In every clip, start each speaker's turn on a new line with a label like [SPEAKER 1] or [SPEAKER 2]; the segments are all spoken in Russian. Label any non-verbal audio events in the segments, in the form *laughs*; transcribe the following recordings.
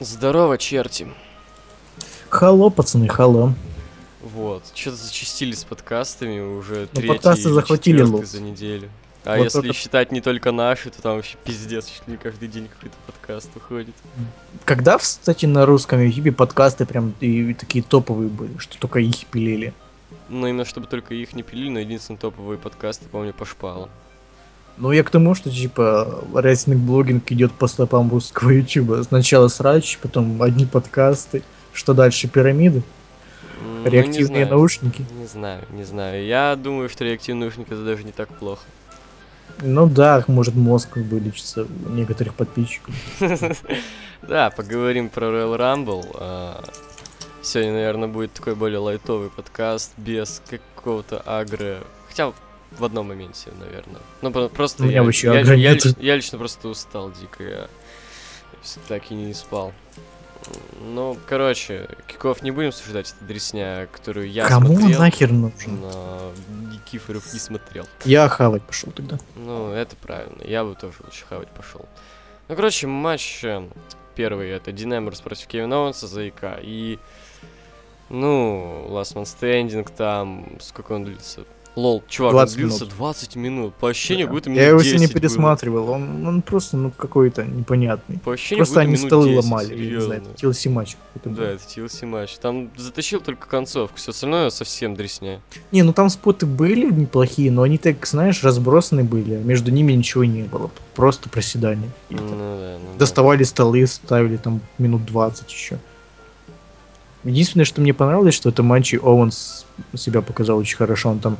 [SPEAKER 1] Здорово, черти.
[SPEAKER 2] Хало, пацаны, хало.
[SPEAKER 1] Вот, что-то зачистили с подкастами уже третий
[SPEAKER 2] Ну, подкасты
[SPEAKER 1] или
[SPEAKER 2] захватили
[SPEAKER 1] четвёртый
[SPEAKER 2] лут.
[SPEAKER 1] за неделю. А
[SPEAKER 2] Вот
[SPEAKER 1] если
[SPEAKER 2] только-
[SPEAKER 1] считать не только наши, то там вообще пиздец, чуть ли не каждый день какой-то подкаст выходит.
[SPEAKER 2] Когда, кстати, на русском ютубе подкасты прям и такие топовые были, что только их пилили.
[SPEAKER 1] Но Ну, именно чтобы только их не пилили, но единственные топовые подкасты, помню, по шпалам.
[SPEAKER 2] Ну, я к тому, что, типа, рейтинг блогинг идет по стопам русского ютуба. Сначала срач, потом одни подкасты, что дальше пирамиды,
[SPEAKER 1] М, ну, не
[SPEAKER 2] реактивные
[SPEAKER 1] знаю.
[SPEAKER 2] наушники.
[SPEAKER 1] Не знаю, не знаю. Я думаю, что реактивные наушники это даже не так плохо.
[SPEAKER 2] Ну да, может мозг вылечится у некоторых подписчиков.
[SPEAKER 1] Да, поговорим про Royal Rumble. А, Сегодня, наверное, будет такой более лайтовый подкаст, без какого-то агро. Хотя в одном моменте, наверное. Ну, про- просто
[SPEAKER 2] У меня
[SPEAKER 1] я,
[SPEAKER 2] вообще
[SPEAKER 1] я-
[SPEAKER 2] агро
[SPEAKER 1] я
[SPEAKER 2] нету.
[SPEAKER 1] лич- я лично просто устал дико. Я всё так и не спал. Ну, короче, киков не будем обсуждать, это дресня, которую я
[SPEAKER 2] Кому он
[SPEAKER 1] смотрел,
[SPEAKER 2] нахер нужен?
[SPEAKER 1] но Никифоров не смотрел.
[SPEAKER 2] Я хавать пошел тогда.
[SPEAKER 1] Ну, это правильно. Я бы тоже лучше хавать пошел. Ну, короче, матч э, первый это Динамерс против Кевина Оуэнса за ИК. И, ну, Last Man Standing там, сколько он длится? Лол, чувак,
[SPEAKER 2] 20
[SPEAKER 1] он длился 20 минут. По ощущению, как будто минут
[SPEAKER 2] Я его
[SPEAKER 1] 10
[SPEAKER 2] сегодня
[SPEAKER 1] было.
[SPEAKER 2] пересматривал, он, он просто, ну, какой-то непонятный.
[SPEAKER 1] По ощущению,
[SPEAKER 2] Просто
[SPEAKER 1] будто
[SPEAKER 2] они
[SPEAKER 1] минут
[SPEAKER 2] столы
[SPEAKER 1] 10,
[SPEAKER 2] ломали, я не знаю,
[SPEAKER 1] серьезно.
[SPEAKER 2] TLC матч. какой-то был.
[SPEAKER 1] Да, это TLC матч. Там затащил только концовку, все остальное совсем дресня.
[SPEAKER 2] Не, ну там споты были неплохие, но они так, знаешь, разбросаны были, а между ними ничего не было, просто проседание.
[SPEAKER 1] Ну да, ну да.
[SPEAKER 2] Доставали столы, ставили там минут 20 еще. Единственное, что мне понравилось, что это матче Оуэнс себя показал очень хорошо, он там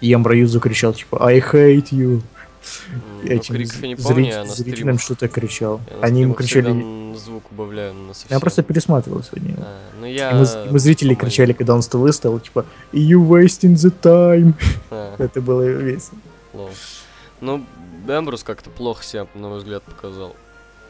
[SPEAKER 2] и Амбраюз закричал, типа, I hate you.
[SPEAKER 1] М, ну,
[SPEAKER 2] Этим
[SPEAKER 1] криков я не
[SPEAKER 2] зри-
[SPEAKER 1] помню, я на
[SPEAKER 2] зрителям
[SPEAKER 1] стримах.
[SPEAKER 2] что-то кричал.
[SPEAKER 1] я на
[SPEAKER 2] Они ему
[SPEAKER 1] стримах
[SPEAKER 2] кричали...
[SPEAKER 1] всегда м, звук убавляю на
[SPEAKER 2] Я
[SPEAKER 1] совсем.
[SPEAKER 2] просто пересматривал сегодня. его.
[SPEAKER 1] А, ну я...
[SPEAKER 2] Ему з- ему зрители
[SPEAKER 1] по-моему,
[SPEAKER 2] кричали, когда он стол выставил, типа, You wasting the time. *laughs*
[SPEAKER 1] а,
[SPEAKER 2] Это было весело.
[SPEAKER 1] лол. Ну, Эмбрус как-то плохо себя, на мой взгляд, показал.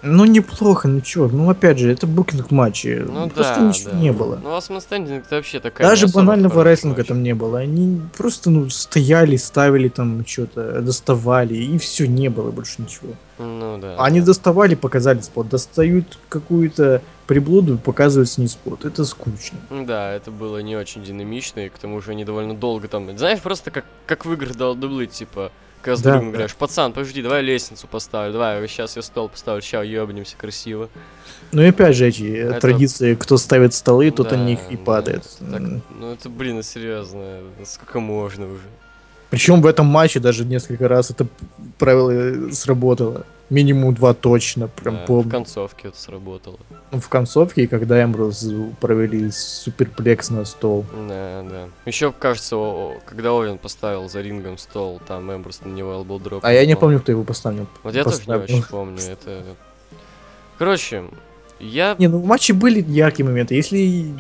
[SPEAKER 2] Ну, неплохо, ну чё, ну опять же, это букинг матчи.
[SPEAKER 1] Ну
[SPEAKER 2] просто
[SPEAKER 1] да,
[SPEAKER 2] ничего
[SPEAKER 1] да.
[SPEAKER 2] не было.
[SPEAKER 1] Ну, Асман Стендинг это вообще такая... не
[SPEAKER 2] Даже
[SPEAKER 1] особо
[SPEAKER 2] банального
[SPEAKER 1] хорошая
[SPEAKER 2] рестлинга
[SPEAKER 1] матч.
[SPEAKER 2] там не было. Они просто, ну, стояли, ставили там что-то, доставали, и все, не было больше ничего.
[SPEAKER 1] Ну да.
[SPEAKER 2] Они
[SPEAKER 1] да.
[SPEAKER 2] доставали, показали спот. Достают какую-то приблуду, показывают с ней спот. Это скучно.
[SPEAKER 1] Ну Да, это было не очень динамично, и к тому же они довольно долго там... Знаешь, просто как, как в играх дал дублы, типа, когда с
[SPEAKER 2] Да,
[SPEAKER 1] другом
[SPEAKER 2] да.
[SPEAKER 1] играешь, пацан, подожди, давай лестницу поставлю, давай, сейчас я стол поставлю, сейчас ебнемся красиво.
[SPEAKER 2] Ну и опять же эти э,
[SPEAKER 1] Это-
[SPEAKER 2] традиции, кто ставит столы, тот
[SPEAKER 1] Да,
[SPEAKER 2] на них и
[SPEAKER 1] да,
[SPEAKER 2] падает.
[SPEAKER 1] так, ну это, блин, серьезно, сколько можно уже.
[SPEAKER 2] Причем в этом матче даже несколько раз это правило э, сработало. Минимум два точно, прям
[SPEAKER 1] Да, в
[SPEAKER 2] помню.
[SPEAKER 1] концовке это сработало.
[SPEAKER 2] Ну, в концовке, когда Эмбрус провели суперплекс на стол.
[SPEAKER 1] Да, да. Еще, кажется, о- о- когда Овен поставил за рингом стол, там Эмбрус на него элбоу дроп.
[SPEAKER 2] А я не
[SPEAKER 1] упал.
[SPEAKER 2] помню, кто его поставил.
[SPEAKER 1] Ну. Вот я тоже не
[SPEAKER 2] поставил.
[SPEAKER 1] очень помню. Это. Короче, я.
[SPEAKER 2] Не, ну в матче были яркие моменты. Если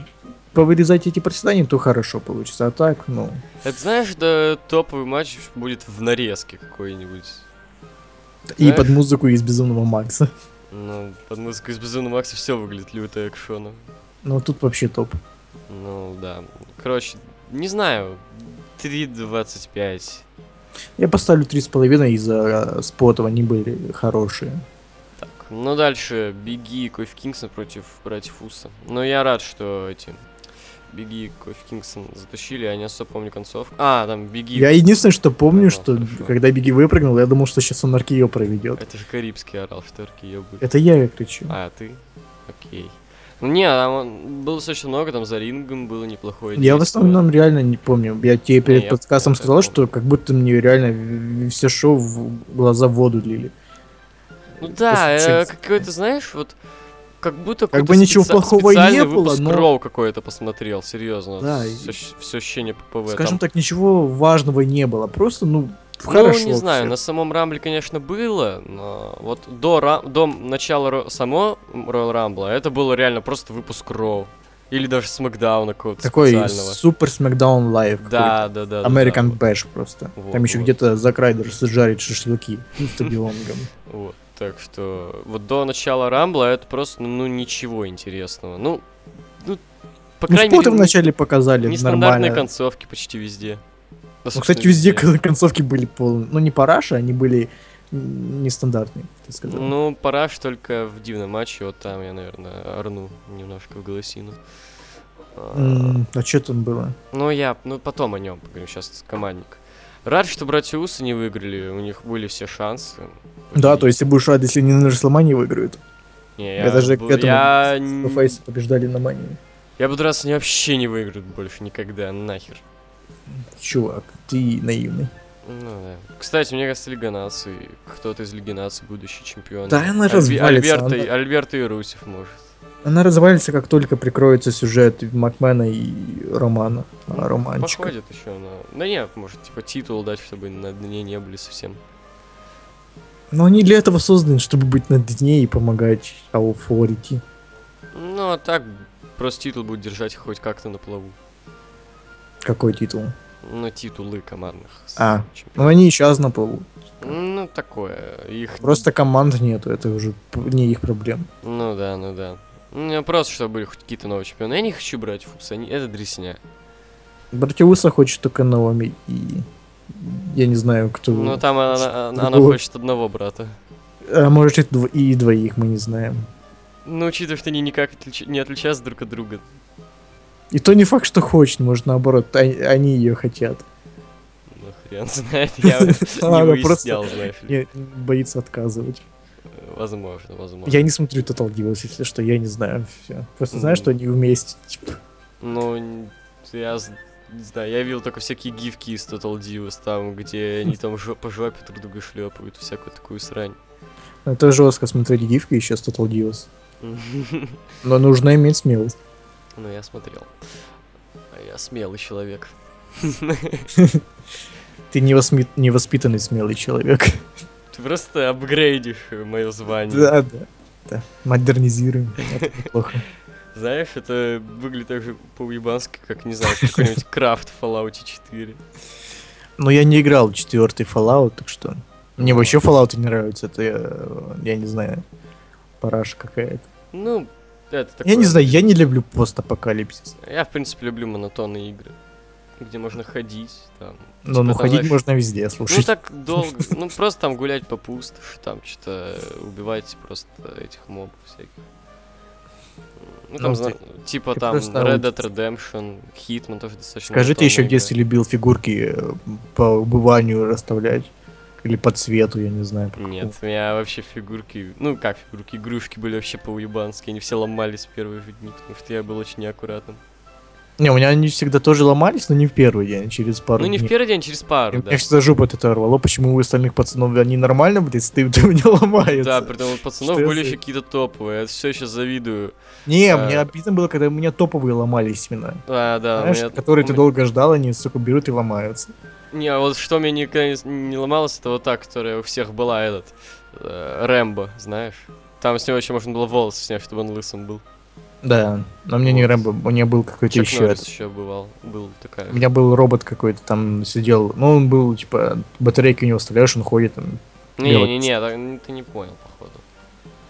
[SPEAKER 2] повырезать эти проседания, то хорошо получится. А так, ну...
[SPEAKER 1] Это знаешь, да, топовый матч будет в нарезке какой-нибудь.
[SPEAKER 2] И
[SPEAKER 1] Знаешь-
[SPEAKER 2] под музыку из Безумного Макса.
[SPEAKER 1] Ну, под музыку из Безумного Макса все выглядит люто экшоном.
[SPEAKER 2] Ну тут вообще топ.
[SPEAKER 1] Ну да. Короче, не знаю. 3.25.
[SPEAKER 2] Я поставлю 3,5 из-за э, спотов, они были хорошие.
[SPEAKER 1] Так, ну дальше Беги и Кофи Кингсон против братьев Уса. Но я рад, что эти Беги и Кофи Кингсон затащили, я не особо помню концовку. А, там Беги.
[SPEAKER 2] Я единственное, что помню,
[SPEAKER 1] Ага,
[SPEAKER 2] что
[SPEAKER 1] хорошо.
[SPEAKER 2] когда Беги выпрыгнул, я думал, что сейчас он Аркио проведет.
[SPEAKER 1] Это же Карибский орал, что Аркиё будет.
[SPEAKER 2] Это я и кричу.
[SPEAKER 1] А, ты? Окей. Ну не, там он- было достаточно много, там за рингом было неплохое
[SPEAKER 2] Я в
[SPEAKER 1] действо.
[SPEAKER 2] основном реально не помню. Я тебе перед
[SPEAKER 1] э, я
[SPEAKER 2] подкастом
[SPEAKER 1] помню,
[SPEAKER 2] сказал,
[SPEAKER 1] я
[SPEAKER 2] что как будто мне реально все шоу в глаза в воду лили.
[SPEAKER 1] Ну да,
[SPEAKER 2] Просто
[SPEAKER 1] э,
[SPEAKER 2] через-
[SPEAKER 1] какой-то, знаешь, вот как будто
[SPEAKER 2] Как
[SPEAKER 1] какой-то
[SPEAKER 2] бы ничего
[SPEAKER 1] специа-
[SPEAKER 2] плохого и не
[SPEAKER 1] специальный
[SPEAKER 2] было,
[SPEAKER 1] выпуск
[SPEAKER 2] но-
[SPEAKER 1] Raw какой-то посмотрел, серьезно.
[SPEAKER 2] Да, и-
[SPEAKER 1] все, ощущение ППВ. там
[SPEAKER 2] Скажем так, ничего важного не было. Просто, ну,
[SPEAKER 1] Ну,
[SPEAKER 2] хорошо.
[SPEAKER 1] не знаю,
[SPEAKER 2] всё.
[SPEAKER 1] на самом Рамбле, конечно, было, но вот до, ра- до начала ро- само Royal Rumble это было реально просто выпуск Роу. Или даже Смакдауна какого-то
[SPEAKER 2] Такой
[SPEAKER 1] специального.
[SPEAKER 2] супер смакдаун лайв. какой-то.
[SPEAKER 1] Да, да, да. да,
[SPEAKER 2] American
[SPEAKER 1] да,
[SPEAKER 2] Bash просто.
[SPEAKER 1] Вот,
[SPEAKER 2] Там еще
[SPEAKER 1] вот.
[SPEAKER 2] где-то за Крайдерс жарит шашлыки ну, с
[SPEAKER 1] *laughs*
[SPEAKER 2] табионгом.
[SPEAKER 1] Вот, так что вот до начала Рамбла это просто, ну, ничего интересного. Ну, ну по
[SPEAKER 2] Ну,
[SPEAKER 1] крайней
[SPEAKER 2] споты
[SPEAKER 1] мере,
[SPEAKER 2] вначале показали
[SPEAKER 1] нестандартные
[SPEAKER 2] нормально.
[SPEAKER 1] концовки почти везде.
[SPEAKER 2] Ну,
[SPEAKER 1] Да, собственно,
[SPEAKER 2] кстати, везде кон- концовки были полные. Ну, не параши, они были нестандартный, ты сказал.
[SPEAKER 1] Ну, параш только в дивном матче, вот там я, наверное, орну немножко в голосину. А,
[SPEAKER 2] М, А что там было?
[SPEAKER 1] Ну, я, ну, потом о нем поговорим, сейчас командник. Рад, что братья Усы не выиграли, у них были все шансы.
[SPEAKER 2] Да, то есть ты будешь рад, если они на Рестлмании выиграют.
[SPEAKER 1] Не,
[SPEAKER 2] я даже к
[SPEAKER 1] бу-
[SPEAKER 2] этому
[SPEAKER 1] я н-
[SPEAKER 2] Фейсы побеждали на Мании.
[SPEAKER 1] Я буду рад, если они вообще не выиграют больше никогда, нахер.
[SPEAKER 2] Чувак, ты наивный.
[SPEAKER 1] Ну да. Кстати, мне кажется, Лига Наций, кто-то из Лиги Наций будущий чемпион.
[SPEAKER 2] Да она развалится,
[SPEAKER 1] Альберта,
[SPEAKER 2] она-
[SPEAKER 1] Альберта Ирусев может.
[SPEAKER 2] Она развалится, как только прикроется сюжет Макмена и Романа. а, Романчика.
[SPEAKER 1] Походит еще на... Да нет, может, типа титул дать, чтобы на дне не были совсем.
[SPEAKER 2] Но они для этого созданы, чтобы быть на дне и помогать ауфорити.
[SPEAKER 1] Ну, а так, просто титул будет держать хоть как-то на плаву.
[SPEAKER 2] Какой титул?
[SPEAKER 1] Ну, титулы командных. с-
[SPEAKER 2] А.
[SPEAKER 1] чемпион-
[SPEAKER 2] Ну, они и сейчас наплывут.
[SPEAKER 1] Ну, такое. Их...
[SPEAKER 2] Просто команд нету, это уже п- не их проблема.
[SPEAKER 1] Ну да, ну да. Ну, просто, чтобы были хоть какие-то новые чемпионы. Я не хочу брать фукс, они... это дресня.
[SPEAKER 2] Братиуса хочет только Наоми и... Я не знаю, кто...
[SPEAKER 1] Ну, там она, она- она
[SPEAKER 2] Другого.
[SPEAKER 1] хочет одного брата.
[SPEAKER 2] А может и, дво- и двоих, мы не знаем.
[SPEAKER 1] Ну, учитывая, что они никак отлич- не отличаются друг от друга.
[SPEAKER 2] И то не факт, что хочет, может наоборот, а- они ее хотят.
[SPEAKER 1] Ну, хрен знает, я не
[SPEAKER 2] *laughs* Ладно, просто-
[SPEAKER 1] выяснял, знаешь ли.
[SPEAKER 2] Не- боится отказывать.
[SPEAKER 1] Э, Возможно, возможно.
[SPEAKER 2] Я не смотрю Total Divas, если что, я не знаю. Все. Просто знаю,
[SPEAKER 1] Мгм.
[SPEAKER 2] что они вместе. типа.
[SPEAKER 1] Ну, н- я з- не знаю, я видел только всякие гифки из Total Divas, там, где они там жо- по жопе друг друга шлепают, всякую такую срань.
[SPEAKER 2] Ну, Это жестко смотреть гифки еще с Total Divas. Но нужно иметь смелость.
[SPEAKER 1] Ну, я смотрел. А Я смелый человек.
[SPEAKER 2] Ты невосми- невоспитанный смелый человек.
[SPEAKER 1] Ты просто апгрейдишь мое звание.
[SPEAKER 2] *laughs* Да, да. да. Модернизируем. Это неплохо.
[SPEAKER 1] Знаешь, это выглядит так же по-уебански, как, не знаю,
[SPEAKER 2] *laughs*
[SPEAKER 1] какой-нибудь крафт в Fallout 4.
[SPEAKER 2] Но я не играл в четвертый Fallout, так что... Мне вообще Fallout не нравится. Это, э, я не знаю, параша какая-то.
[SPEAKER 1] Ну, это такое.
[SPEAKER 2] Я не знаю, я не люблю постапокалипсис.
[SPEAKER 1] Я, в принципе, люблю монотонные игры, где можно ходить, там...
[SPEAKER 2] Но ну,
[SPEAKER 1] типа, там,
[SPEAKER 2] ходить
[SPEAKER 1] знаешь,
[SPEAKER 2] можно везде,
[SPEAKER 1] Ну
[SPEAKER 2] слушай.
[SPEAKER 1] так
[SPEAKER 2] *laughs*
[SPEAKER 1] долго, ну просто там гулять по пустоши, там что-то убивать просто этих мобов всяких. Ну там,
[SPEAKER 2] Ну,
[SPEAKER 1] зна- типа
[SPEAKER 2] ты
[SPEAKER 1] там
[SPEAKER 2] просто
[SPEAKER 1] Red
[SPEAKER 2] вот-
[SPEAKER 1] Dead Redemption, Hitman тоже достаточно
[SPEAKER 2] Скажи, ты еще в
[SPEAKER 1] монотонная
[SPEAKER 2] детстве любил фигурки э, по убыванию расставлять? Или по цвету, я не знаю. по
[SPEAKER 1] игра.
[SPEAKER 2] какому.
[SPEAKER 1] Нет, у меня вообще фигурки, ну как фигурки, игрушки были вообще по-уебански, они все ломались в первые же дни, потому что я был очень неаккуратным.
[SPEAKER 2] Не, у меня они всегда тоже ломались, но не в первый день, а через пару
[SPEAKER 1] Ну не в
[SPEAKER 2] дней.
[SPEAKER 1] первый день, через пару,
[SPEAKER 2] И
[SPEAKER 1] да.
[SPEAKER 2] Меня всегда жопа от этого рвало, почему у остальных пацанов они нормально, блядь, стыд *laughs* у меня ломается.
[SPEAKER 1] Да, при том у пацанов
[SPEAKER 2] Что
[SPEAKER 1] были
[SPEAKER 2] за-
[SPEAKER 1] еще какие-то топовые, я все еще завидую.
[SPEAKER 2] не,
[SPEAKER 1] э,
[SPEAKER 2] мне обидно было, когда у меня топовые ломались именно.
[SPEAKER 1] А, да, у
[SPEAKER 2] Знаешь,
[SPEAKER 1] меня-
[SPEAKER 2] которые ты
[SPEAKER 1] у
[SPEAKER 2] долго ждал, они, сука, берут и ломаются.
[SPEAKER 1] Не, а вот что мне никогда не, с- не ломалось, это вот та, которая у всех была, этот, э, Рэмбо, знаешь? Там с него еще можно было волосы снять, чтобы он лысым был.
[SPEAKER 2] Да, но мне не
[SPEAKER 1] Вот.
[SPEAKER 2] Рэмбо, у меня был какой-то
[SPEAKER 1] Чак
[SPEAKER 2] еще
[SPEAKER 1] Норрис
[SPEAKER 2] этот.
[SPEAKER 1] еще бывал, был такая.
[SPEAKER 2] У меня был робот какой-то там сидел, ну он был, типа, батарейки у него вставляешь, он ходит там,
[SPEAKER 1] Не-не-не, так, ну, ты не понял, походу.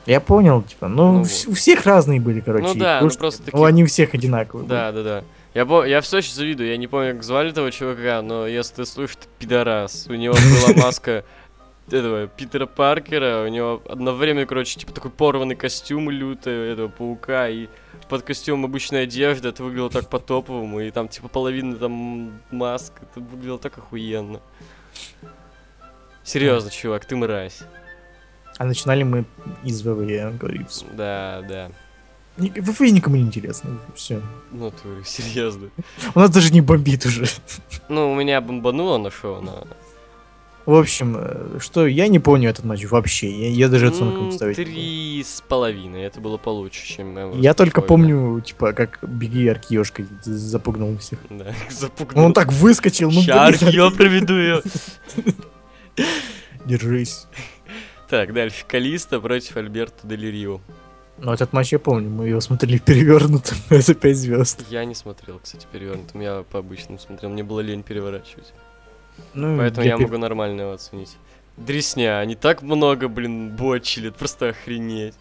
[SPEAKER 2] Я понял, типа, ну,
[SPEAKER 1] Ну
[SPEAKER 2] вс- у всех разные были, короче.
[SPEAKER 1] Ну
[SPEAKER 2] и
[SPEAKER 1] да, ну
[SPEAKER 2] игрушки,
[SPEAKER 1] просто
[SPEAKER 2] Ну,
[SPEAKER 1] такие-
[SPEAKER 2] они у всех одинаковые. были.
[SPEAKER 1] Да-да-да. Я, по- я все еще завидую, я не помню, как звали этого чувака, но если ты слышишь, ты пидорас. У него была маска этого Питера Паркера, у него одновременно, короче, типа такой порванный костюм лютый этого паука, и под костюм обычная одежда, это выглядело так по-топовому, и там типа половина там маск, это выглядело так охуенно. Серьезно, чувак, ты мразь.
[SPEAKER 2] А начинали мы из ВВЕ, он говорит. «С-
[SPEAKER 1] Да, да.
[SPEAKER 2] ни- ВВЕ никому не интересно, все.
[SPEAKER 1] Ну ты серьезно.
[SPEAKER 2] У нас даже не бомбит уже.
[SPEAKER 1] Ну, у меня бомбануло на шоу, но
[SPEAKER 2] В общем, э, что, я не помню этот матч вообще, я, я даже оценку
[SPEAKER 1] М,
[SPEAKER 2] не ставить. не буду.
[SPEAKER 1] Три с половиной. Это было получше, чем я.
[SPEAKER 2] Я только
[SPEAKER 1] помню.
[SPEAKER 2] помню, типа, как Беги Аркиошка запугнул всех.
[SPEAKER 1] *laughs* Да, запугнул.
[SPEAKER 2] Он так выскочил, ну,
[SPEAKER 1] Ща
[SPEAKER 2] блин,
[SPEAKER 1] Аркио проведу ее.
[SPEAKER 2] держись.
[SPEAKER 1] Так, дальше. Калиста против Альберта Делирио.
[SPEAKER 2] Но Ну, этот матч я помню, мы его смотрели *laughs* перевернутым, это 5 звезд.
[SPEAKER 1] Я не смотрел, кстати, перевернутым. Я по обычному смотрел. Мне было лень переворачивать.
[SPEAKER 2] Ну,
[SPEAKER 1] Поэтому
[SPEAKER 2] я
[SPEAKER 1] я
[SPEAKER 2] пер-
[SPEAKER 1] могу нормально его оценить. Дресня, они так много, блин, бочили, просто охренеть.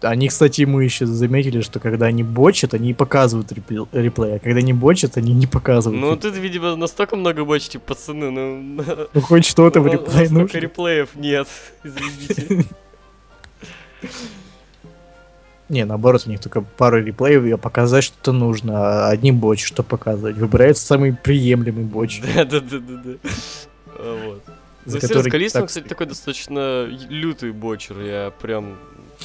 [SPEAKER 2] Они, кстати, мы еще заметили, что когда они бочат, они и показывают репл- реплей, а когда не бочат, они не показывают. Типа,
[SPEAKER 1] Ну, тут, видимо, настолько много бочите, пацаны, ну...
[SPEAKER 2] Ну, хоть что-то в
[SPEAKER 1] ну,
[SPEAKER 2] реплей
[SPEAKER 1] настолько
[SPEAKER 2] нужно.
[SPEAKER 1] реплеев нет, извините.
[SPEAKER 2] *laughs* Не, наоборот, у них только пару реплеев, и показать что-то нужно, а одни боч, что показывать. Выбирается самый приемлемый боч,
[SPEAKER 1] Да-да-да-да. А, Вот.
[SPEAKER 2] за
[SPEAKER 1] Ну, Сириус
[SPEAKER 2] который...
[SPEAKER 1] Калиста,
[SPEAKER 2] так-
[SPEAKER 1] кстати, такой достаточно лютый бочер. Я прям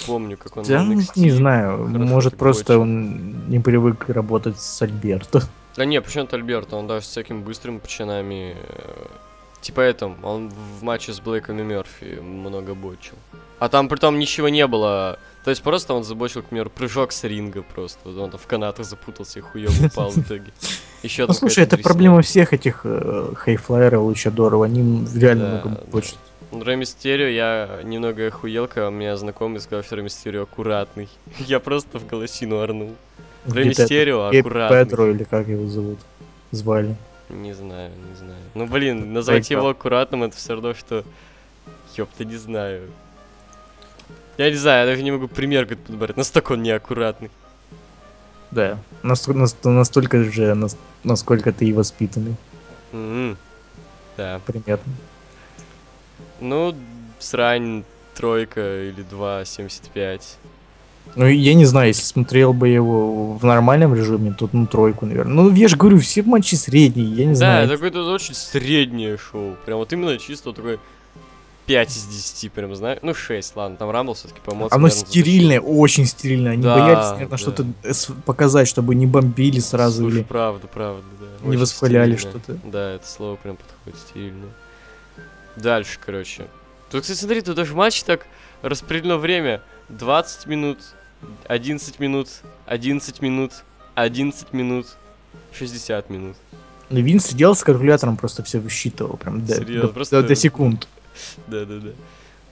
[SPEAKER 1] помню, как он
[SPEAKER 2] Да,
[SPEAKER 1] на NXT.
[SPEAKER 2] не знаю,
[SPEAKER 1] хорошо
[SPEAKER 2] может
[SPEAKER 1] так
[SPEAKER 2] просто
[SPEAKER 1] бочил.
[SPEAKER 2] он не привык работать с Альберто.
[SPEAKER 1] Да не, почему это Альберт? Он даже с всякими быстрыми починами... э, Типа этом, он в матче с Блейком и Мерфи много бочил. А там притом ничего не было. То есть просто он забочил, к примеру, прыжок с ринга просто. Вот Он там в канатах запутался и хуёво упал в итоге. Еще
[SPEAKER 2] Ну, слушай, это проблема всех этих э, хайфлайеров, лучадоров, они реально
[SPEAKER 1] Да,
[SPEAKER 2] много
[SPEAKER 1] да.
[SPEAKER 2] бочат.
[SPEAKER 1] Ну, Рэй Мистерио, я немного охуел, когда у меня знакомый сказал, что Рэй Мистерио аккуратный. *laughs* Я просто в голосину орнул. Рэй
[SPEAKER 2] Где-то
[SPEAKER 1] Мистерио
[SPEAKER 2] Пе-
[SPEAKER 1] аккуратный.
[SPEAKER 2] Педро, Э, или как его зовут, звали.
[SPEAKER 1] Не знаю, не знаю. Ну, блин, назвать
[SPEAKER 2] Проиграл.
[SPEAKER 1] его аккуратным, это все равно, что... Ёпта, не знаю. Я не знаю, я даже не могу пример какой-то подобрать. Настолько он неаккуратный.
[SPEAKER 2] Да. Настолько, настолько же, нас- насколько ты и воспитанный, М-м.
[SPEAKER 1] М. Да.
[SPEAKER 2] приметно.
[SPEAKER 1] Ну, срань тройка или 2.75.
[SPEAKER 2] Ну, я не знаю, если смотрел бы его в нормальном режиме, тут, ну, тройку, наверное. Ну, я же говорю, все матчи средние, я не
[SPEAKER 1] Да,
[SPEAKER 2] знаю.
[SPEAKER 1] это какое-то очень среднее шоу. Прям вот именно чисто вот такое 5 из 10, прям, знаешь. Ну, 6, ладно, там Рамбл все-таки по эмоциям.
[SPEAKER 2] Оно
[SPEAKER 1] наверно, затащил.
[SPEAKER 2] стерильное, очень стерильное. Они
[SPEAKER 1] Да,
[SPEAKER 2] боялись, наверное,
[SPEAKER 1] да.
[SPEAKER 2] что-то э, с- показать, чтобы не бомбили сразу
[SPEAKER 1] Слушай,
[SPEAKER 2] или
[SPEAKER 1] правда, правда, да.
[SPEAKER 2] не
[SPEAKER 1] Очень
[SPEAKER 2] восхваляли
[SPEAKER 1] стерильно.
[SPEAKER 2] что-то.
[SPEAKER 1] Да, это слово прям подходит стерильно. Дальше, короче. Тут, кстати, смотри, тут даже матч так распределено время. 20 минут, 11 минут, 11 минут, 11 минут, 60 минут.
[SPEAKER 2] Ну, Вин сидел с калькулятором, просто все высчитывал, прям до,
[SPEAKER 1] Серьёзно,
[SPEAKER 2] до-
[SPEAKER 1] просто-
[SPEAKER 2] до секунд.
[SPEAKER 1] Да-да-да.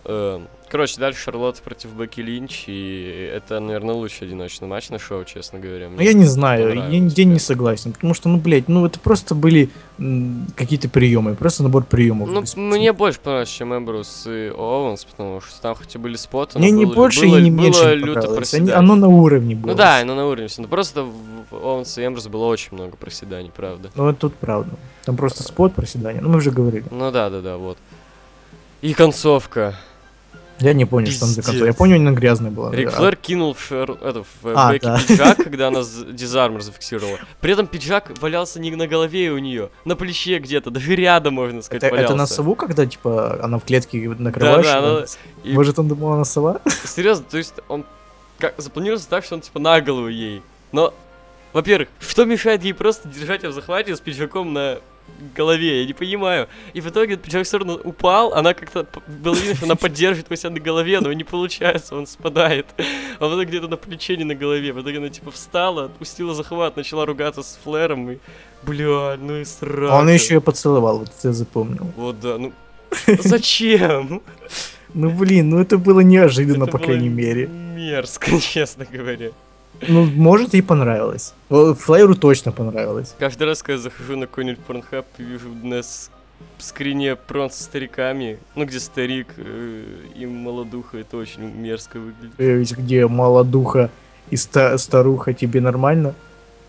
[SPEAKER 1] Эм, Короче, дальше Шарлотта против Бекки Линч, и это, наверное, лучший одиночный матч на шоу, честно говоря.
[SPEAKER 2] Ну, я не знаю, я,
[SPEAKER 1] понравилось,
[SPEAKER 2] я не
[SPEAKER 1] прям.
[SPEAKER 2] согласен, потому что, ну, блядь, ну, это просто были м, какие-то приемы, просто набор приемов.
[SPEAKER 1] Ну,
[SPEAKER 2] Без-
[SPEAKER 1] мне больше понравилось, чем Эмбрус и Оуэнс, потому что там хоть и были споты, но
[SPEAKER 2] Мне не
[SPEAKER 1] было-
[SPEAKER 2] больше
[SPEAKER 1] было-
[SPEAKER 2] и не
[SPEAKER 1] было
[SPEAKER 2] меньше не
[SPEAKER 1] люто
[SPEAKER 2] понравилось. Они-
[SPEAKER 1] проседание.
[SPEAKER 2] оно на уровне было.
[SPEAKER 1] Ну да, оно на уровне. всё. Ну просто в Оуэнс и Эмбрус было очень много проседаний, правда.
[SPEAKER 2] Ну, это тут правда. Там просто спот проседание, ну, мы уже говорили.
[SPEAKER 1] Ну да, да, да, вот. И концовка.
[SPEAKER 2] Я не понял, что там за концовка. Я
[SPEAKER 1] Пиздец.
[SPEAKER 2] помню, она грязная была.
[SPEAKER 1] Рик
[SPEAKER 2] А-
[SPEAKER 1] Флэр кинул в, Шер... это, в э,
[SPEAKER 2] А,
[SPEAKER 1] Бекки
[SPEAKER 2] да. *laughs*
[SPEAKER 1] пиджак, когда она з- дизармер зафиксировала. При этом пиджак валялся не на голове у нее, на плече где-то, даже рядом, можно сказать,
[SPEAKER 2] Это, это
[SPEAKER 1] валялся.
[SPEAKER 2] на сову, когда, типа, она в клетке накрываешь?
[SPEAKER 1] Да-да,
[SPEAKER 2] её?
[SPEAKER 1] она- и-
[SPEAKER 2] Может, он думал, она сова?
[SPEAKER 1] Серьезно, то есть он как, запланировался так, что он типа на голову ей. Но, во-первых, что мешает ей просто держать ее в захвате с пиджаком на голове, я не понимаю. И в итоге этот пиджак все равно упал, она как-то, п- было видно, что она поддерживает его себя на голове, но не получается, он спадает. А вот где-то на плече, не на голове. В итоге она типа встала, отпустила захват, начала ругаться с Флэром и, бля, ну и срака.
[SPEAKER 2] А Он еще ее поцеловал, вот это я запомнил.
[SPEAKER 1] Вот да, ну... *laughs* Зачем?
[SPEAKER 2] Ну, блин, ну это было неожиданно,
[SPEAKER 1] Это
[SPEAKER 2] по
[SPEAKER 1] было
[SPEAKER 2] крайней мере.
[SPEAKER 1] Мерзко, *laughs* честно говоря.
[SPEAKER 2] Ну, может, ей понравилось. Э, Флайеру точно понравилось.
[SPEAKER 1] Каждый раз, когда я захожу на какой-нибудь порнхаб и вижу на с- скрине прон со стариками, ну где старик э, и молодуха, это очень мерзко выглядит.
[SPEAKER 2] Э, ведь Где молодуха и ста- старуха тебе нормально?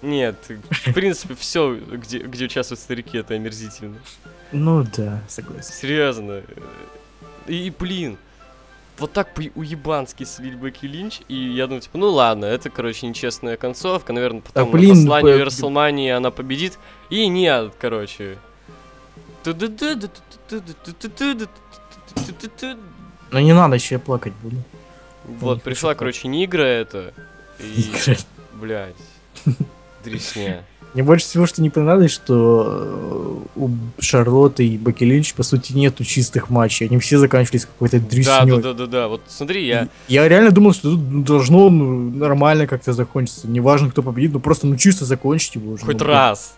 [SPEAKER 1] Нет, в принципе, все, где, где участвуют старики, это омерзительно.
[SPEAKER 2] Ну да, согласен.
[SPEAKER 1] Серьезно. э, И, блин, вот так по уебански слить Бекки Линч, и я думаю, типа, ну ладно, это, короче, нечестная концовка, наверное, потом на
[SPEAKER 2] блин,
[SPEAKER 1] послании
[SPEAKER 2] б-
[SPEAKER 1] WrestleMania она победит, и нет, короче.
[SPEAKER 2] Но не надо, еще я плакать буду.
[SPEAKER 1] Вот, пришла, короче, Нигра это, и, блядь, дресня.
[SPEAKER 2] Мне больше всего, что не понравилось, что э, у Шарлотты и Бекки Линч, по сути, нету чистых матчей. Они все заканчивались какой-то
[SPEAKER 1] Да, да,
[SPEAKER 2] дреснёй.
[SPEAKER 1] да, да, да, вот смотри, я...
[SPEAKER 2] Я реально думал, что тут должно ну, нормально как-то закончиться. Неважно, кто победит, но просто ну чисто закончить его уже.
[SPEAKER 1] Хоть
[SPEAKER 2] Ну,
[SPEAKER 1] раз.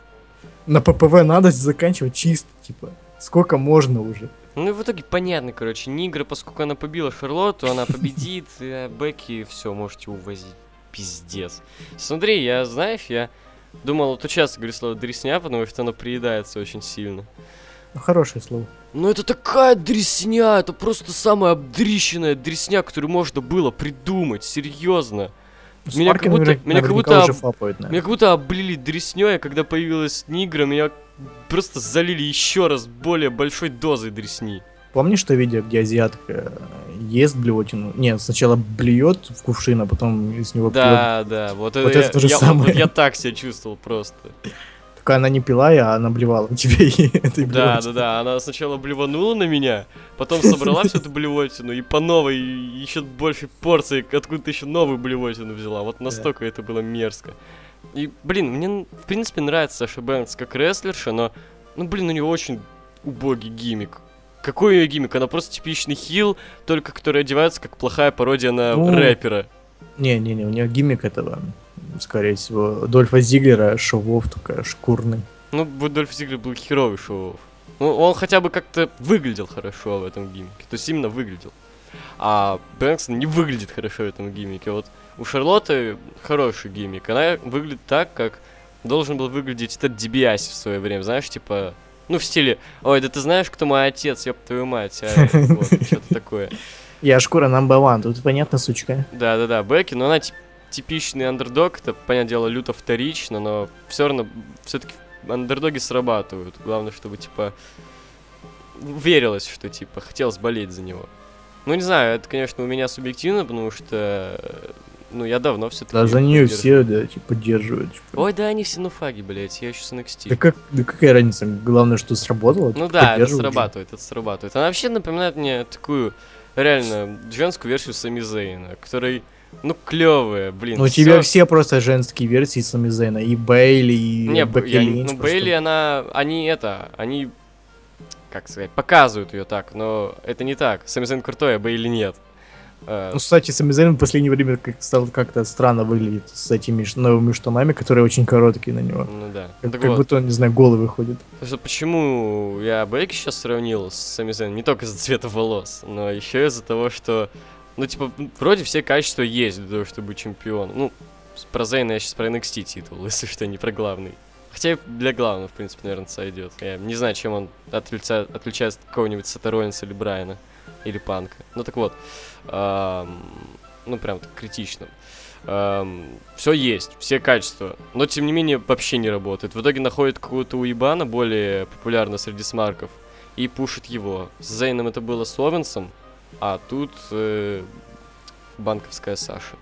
[SPEAKER 2] На ППВ надо заканчивать чисто, типа. Сколько можно уже?
[SPEAKER 1] Ну и в итоге понятно, короче, Нигра, поскольку она побила Шарлотту, она победит, а Бекки, все, можете увозить. Пиздец. Смотри, я, знаешь, я думал, вот тут часто говорю слово дресня, потому что оно приедается очень сильно.
[SPEAKER 2] Хорошее слово.
[SPEAKER 1] Ну это такая дресня, это просто самая обдрищенная дресня, которую можно было придумать, серьезно. Меня как
[SPEAKER 2] Спаркин
[SPEAKER 1] будто-
[SPEAKER 2] наверняка
[SPEAKER 1] меня как будто
[SPEAKER 2] уже
[SPEAKER 1] об-
[SPEAKER 2] фапают, наверное.
[SPEAKER 1] Меня как будто облили дресней, а когда появилась Нигра, меня просто залили еще раз более большой дозой дресни.
[SPEAKER 2] Помнишь то видео, где азиатка э, ест блевотину? Нет, сначала блюет в кувшин, а потом из него пьет.
[SPEAKER 1] Да, да, вот,
[SPEAKER 2] Вот
[SPEAKER 1] это,
[SPEAKER 2] это то же
[SPEAKER 1] я, вот
[SPEAKER 2] самое.
[SPEAKER 1] я так себя чувствовал просто.
[SPEAKER 2] Только она не пила, а она блевала тебе *laughs* и этой
[SPEAKER 1] Да, да,
[SPEAKER 2] блевотиной.
[SPEAKER 1] да, она сначала блеванула на меня, потом собрала всю эту блевотину и по новой, еще больше порции, откуда-то еще новую блевотину взяла. Вот настолько это было мерзко. И, блин, мне, в принципе, нравится Саша Бэнкс как рестлерша, но, ну, блин, у нее очень убогий гиммик. Какой ее гиммик? Она просто типичный хил, только который одевается как плохая пародия на
[SPEAKER 2] Ну,
[SPEAKER 1] рэпера.
[SPEAKER 2] Не-не-не, у нее гиммик этого, скорее всего, Дольфа Зиглера, шоуов только шкурный.
[SPEAKER 1] Ну, Будольф Зиглер был херовый шоу. Ну, он хотя бы как-то выглядел хорошо в этом гиммике. То есть именно выглядел. А Бэнксон не выглядит хорошо в этом гиммике. Вот у Шарлотты хороший гиммик. Она выглядит так, как должен был выглядеть этот Дебиаси в свое время. Знаешь, типа... Ну, в стиле, ой, да ты знаешь, кто мой отец, ёб твою мать, а, вот, что-то такое.
[SPEAKER 2] Я шкура number one, тут понятно, сучка.
[SPEAKER 1] Да-да-да, Бекки, но она тип- типичный андердог, это, понятное дело, люто вторично, но все равно, все-таки андердоги срабатывают. Главное, чтобы, типа, верилось, что, типа, хотелось болеть за него. Ну, не знаю, это, конечно, у меня субъективно, потому что, э, ну, я давно все-таки...
[SPEAKER 2] Да, за нее все, да, типа, поддерживают. типа.
[SPEAKER 1] Ой, да, они все нуфаги, блядь, я еще с NXT.
[SPEAKER 2] Да, как, да какая разница, главное, что сработало. типа,
[SPEAKER 1] Ну да, это
[SPEAKER 2] поддерживают же.
[SPEAKER 1] срабатывает, это срабатывает. Она вообще напоминает мне такую, реально, женскую версию Сами Зейна, который, ну, клевая, блин.
[SPEAKER 2] Ну, у
[SPEAKER 1] всё-
[SPEAKER 2] тебя все просто женские версии Сами Зейна, и Бейли, и
[SPEAKER 1] Не, Б-
[SPEAKER 2] Бекки
[SPEAKER 1] я-
[SPEAKER 2] Линч
[SPEAKER 1] ну
[SPEAKER 2] просто.
[SPEAKER 1] Бейли, она, они это, они, как сказать, показывают ее так, но это не так. Сами Зейн крутой, а Бейли нет. Э,
[SPEAKER 2] Ну, кстати, Сами Зейн в последнее время как стал как-то странно выглядеть с этими ш- новыми штанами, которые очень короткие на него.
[SPEAKER 1] ну да.
[SPEAKER 2] Как,
[SPEAKER 1] Так
[SPEAKER 2] как
[SPEAKER 1] вот,
[SPEAKER 2] будто он, не знаю, голый выходит.
[SPEAKER 1] потому что почему я Бейки сейчас сравнил с Сами Зейн, не только из-за цвета волос, но еще из-за того, что, ну типа, м, вроде все качества есть для того, чтобы быть чемпионом. Ну, с- про Зейна я сейчас про NXT титул, *laughs* если что, не про главный. Хотя и для главного, в принципе, наверное, сойдет. Я не знаю, чем он отлица- отличается от какого-нибудь Сета Роллинса или Брайана. Или Панка. Ну так вот. ам, ну прям так критично. все Эм, есть, все качества. Но тем не менее вообще не работает. В итоге находит какого-то уебана, более популярного среди смарков, и пушит его. С Зейном это было с Овенсом, а тут э, банковская Саша.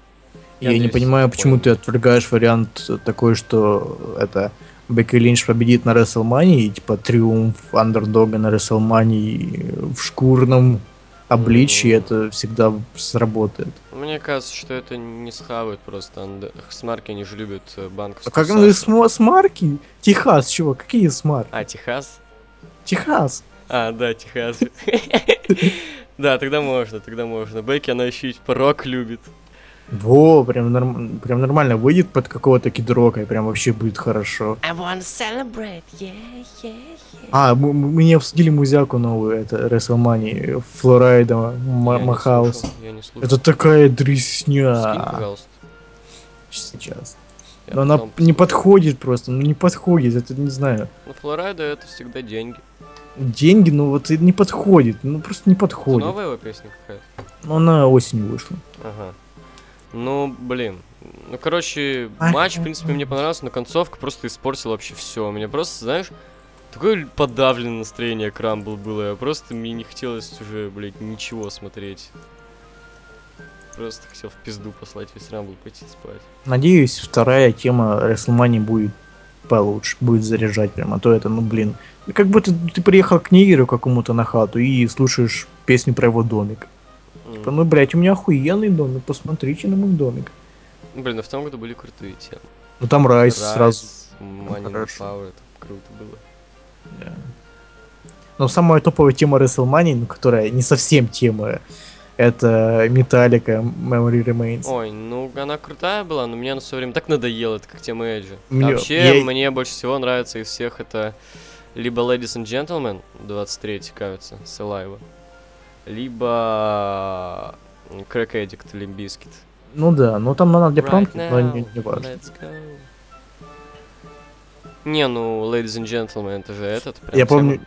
[SPEAKER 2] Я, не
[SPEAKER 1] надеюсь,
[SPEAKER 2] понимаю,
[SPEAKER 1] понял.
[SPEAKER 2] почему ты отвергаешь вариант э, такой, что э, это Бекки Линч победит на Рестлмании, и типа триумф андердога на Рестлмании э, в шкурном обличии,
[SPEAKER 1] Ну.
[SPEAKER 2] это всегда сработает.
[SPEAKER 1] Мне кажется, что это не схавают просто. анд- Смарки, они же любят э,
[SPEAKER 2] А
[SPEAKER 1] банковскую
[SPEAKER 2] как
[SPEAKER 1] Сашу.
[SPEAKER 2] ну, и см- смарки? Техас, чего? Какие смарки?
[SPEAKER 1] А, Техас?
[SPEAKER 2] Техас.
[SPEAKER 1] А, да, Техас. *laughs* Да, тогда можно, тогда можно. Бекки, она еще и типа, рок любит.
[SPEAKER 2] Во, прям, норм- прям нормально выйдет под какого-то кидрока, и прям вообще будет хорошо.
[SPEAKER 3] I wanna celebrate, yeah, yeah, yeah.
[SPEAKER 2] А, мы, мы- мы не обсудили музяку новую, это Рестлмании, Флорайда, Ма-
[SPEAKER 1] Я не
[SPEAKER 2] Махаус. а,
[SPEAKER 1] слушал, Я не слушал.
[SPEAKER 2] Это такая
[SPEAKER 1] Скинь,
[SPEAKER 2] дресня.
[SPEAKER 1] пожалуйста.
[SPEAKER 2] Сейчас.
[SPEAKER 1] Я
[SPEAKER 2] Но она
[SPEAKER 1] потом
[SPEAKER 2] не
[SPEAKER 1] посмотрю.
[SPEAKER 2] подходит просто, ну не подходит, это не знаю.
[SPEAKER 1] Ну, Флорайда это всегда деньги.
[SPEAKER 2] Деньги, ну вот и не подходит, ну просто не
[SPEAKER 1] Это
[SPEAKER 2] подходит.
[SPEAKER 1] Новая его песня какая-то?
[SPEAKER 2] Но она осенью вышла.
[SPEAKER 1] Ага. Ну, блин. Ну, короче,
[SPEAKER 2] Ах,
[SPEAKER 1] матч, в принципе, мне понравился, но концовка просто испортила вообще все. У меня просто, знаешь, такое подавленное настроение к Рамбл было. Я просто мне не хотелось уже, блядь, ничего смотреть. Просто хотел в пизду послать весь Рамбл пойти спать.
[SPEAKER 2] Надеюсь, вторая тема Рестлмании будет получше, будет заряжать прям, а то это, ну блин. Как будто ты приехал к Нигеру какому-то на хату и слушаешь песню про его домик.
[SPEAKER 1] М.
[SPEAKER 2] Типа, ну, блядь, у меня охуенный домик, посмотрите на мой домик.
[SPEAKER 1] Блин, а в том году были крутые темы.
[SPEAKER 2] Ну там райс
[SPEAKER 1] Rise,
[SPEAKER 2] сразу.
[SPEAKER 1] Money in the
[SPEAKER 2] хорошо.
[SPEAKER 1] Power, это круто было.
[SPEAKER 2] Да. Но самая топовая тема WrestleMania, ну, которая не совсем тема, это Metallica Memory Remains.
[SPEAKER 1] Ой, ну она крутая была, но мне она все время так надоела, это как тема Эджи.
[SPEAKER 2] Мне-
[SPEAKER 1] Вообще,
[SPEAKER 2] я-
[SPEAKER 1] мне больше всего нравится из всех это либо Ladies and Gentlemen, 23 кажется, с Элайва, либо м, Crack Addict, Limp Bizkit.
[SPEAKER 2] Ну да, ну там она для
[SPEAKER 1] Right
[SPEAKER 2] пранки, но не,
[SPEAKER 1] now,
[SPEAKER 2] не важно.
[SPEAKER 1] let's go. Не, ну, Ladies and Gentlemen, это же этот. прям
[SPEAKER 2] Я
[SPEAKER 1] тема.
[SPEAKER 2] помню,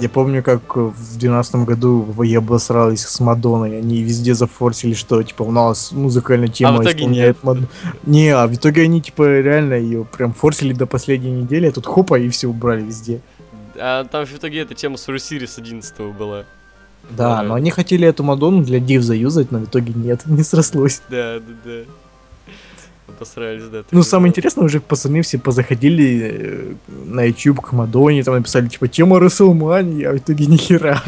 [SPEAKER 2] Я помню, как в двенадцатом году вы обосрались с Мадонной, они везде зафорсили, что типа у нас музыкальная тема
[SPEAKER 1] А в итоге
[SPEAKER 2] исполняет
[SPEAKER 1] нет.
[SPEAKER 2] Мадон- Не, а в итоге они типа реально ее прям форсили до последней недели, а тут хопа и все убрали везде.
[SPEAKER 1] А там в итоге эта тема с Русири с 11 была.
[SPEAKER 2] Да,
[SPEAKER 1] Да.
[SPEAKER 2] но они хотели эту Мадонну для див заюзать, но в итоге нет, *laughs* не срослось.
[SPEAKER 1] Да, да, да. Обосрались, да. ты
[SPEAKER 2] Ну,
[SPEAKER 1] прав.
[SPEAKER 2] самое интересное, уже пацаны все позаходили э, на YouTube к Мадоне, там написали, типа, тема Расселмани, а в итоге нихера.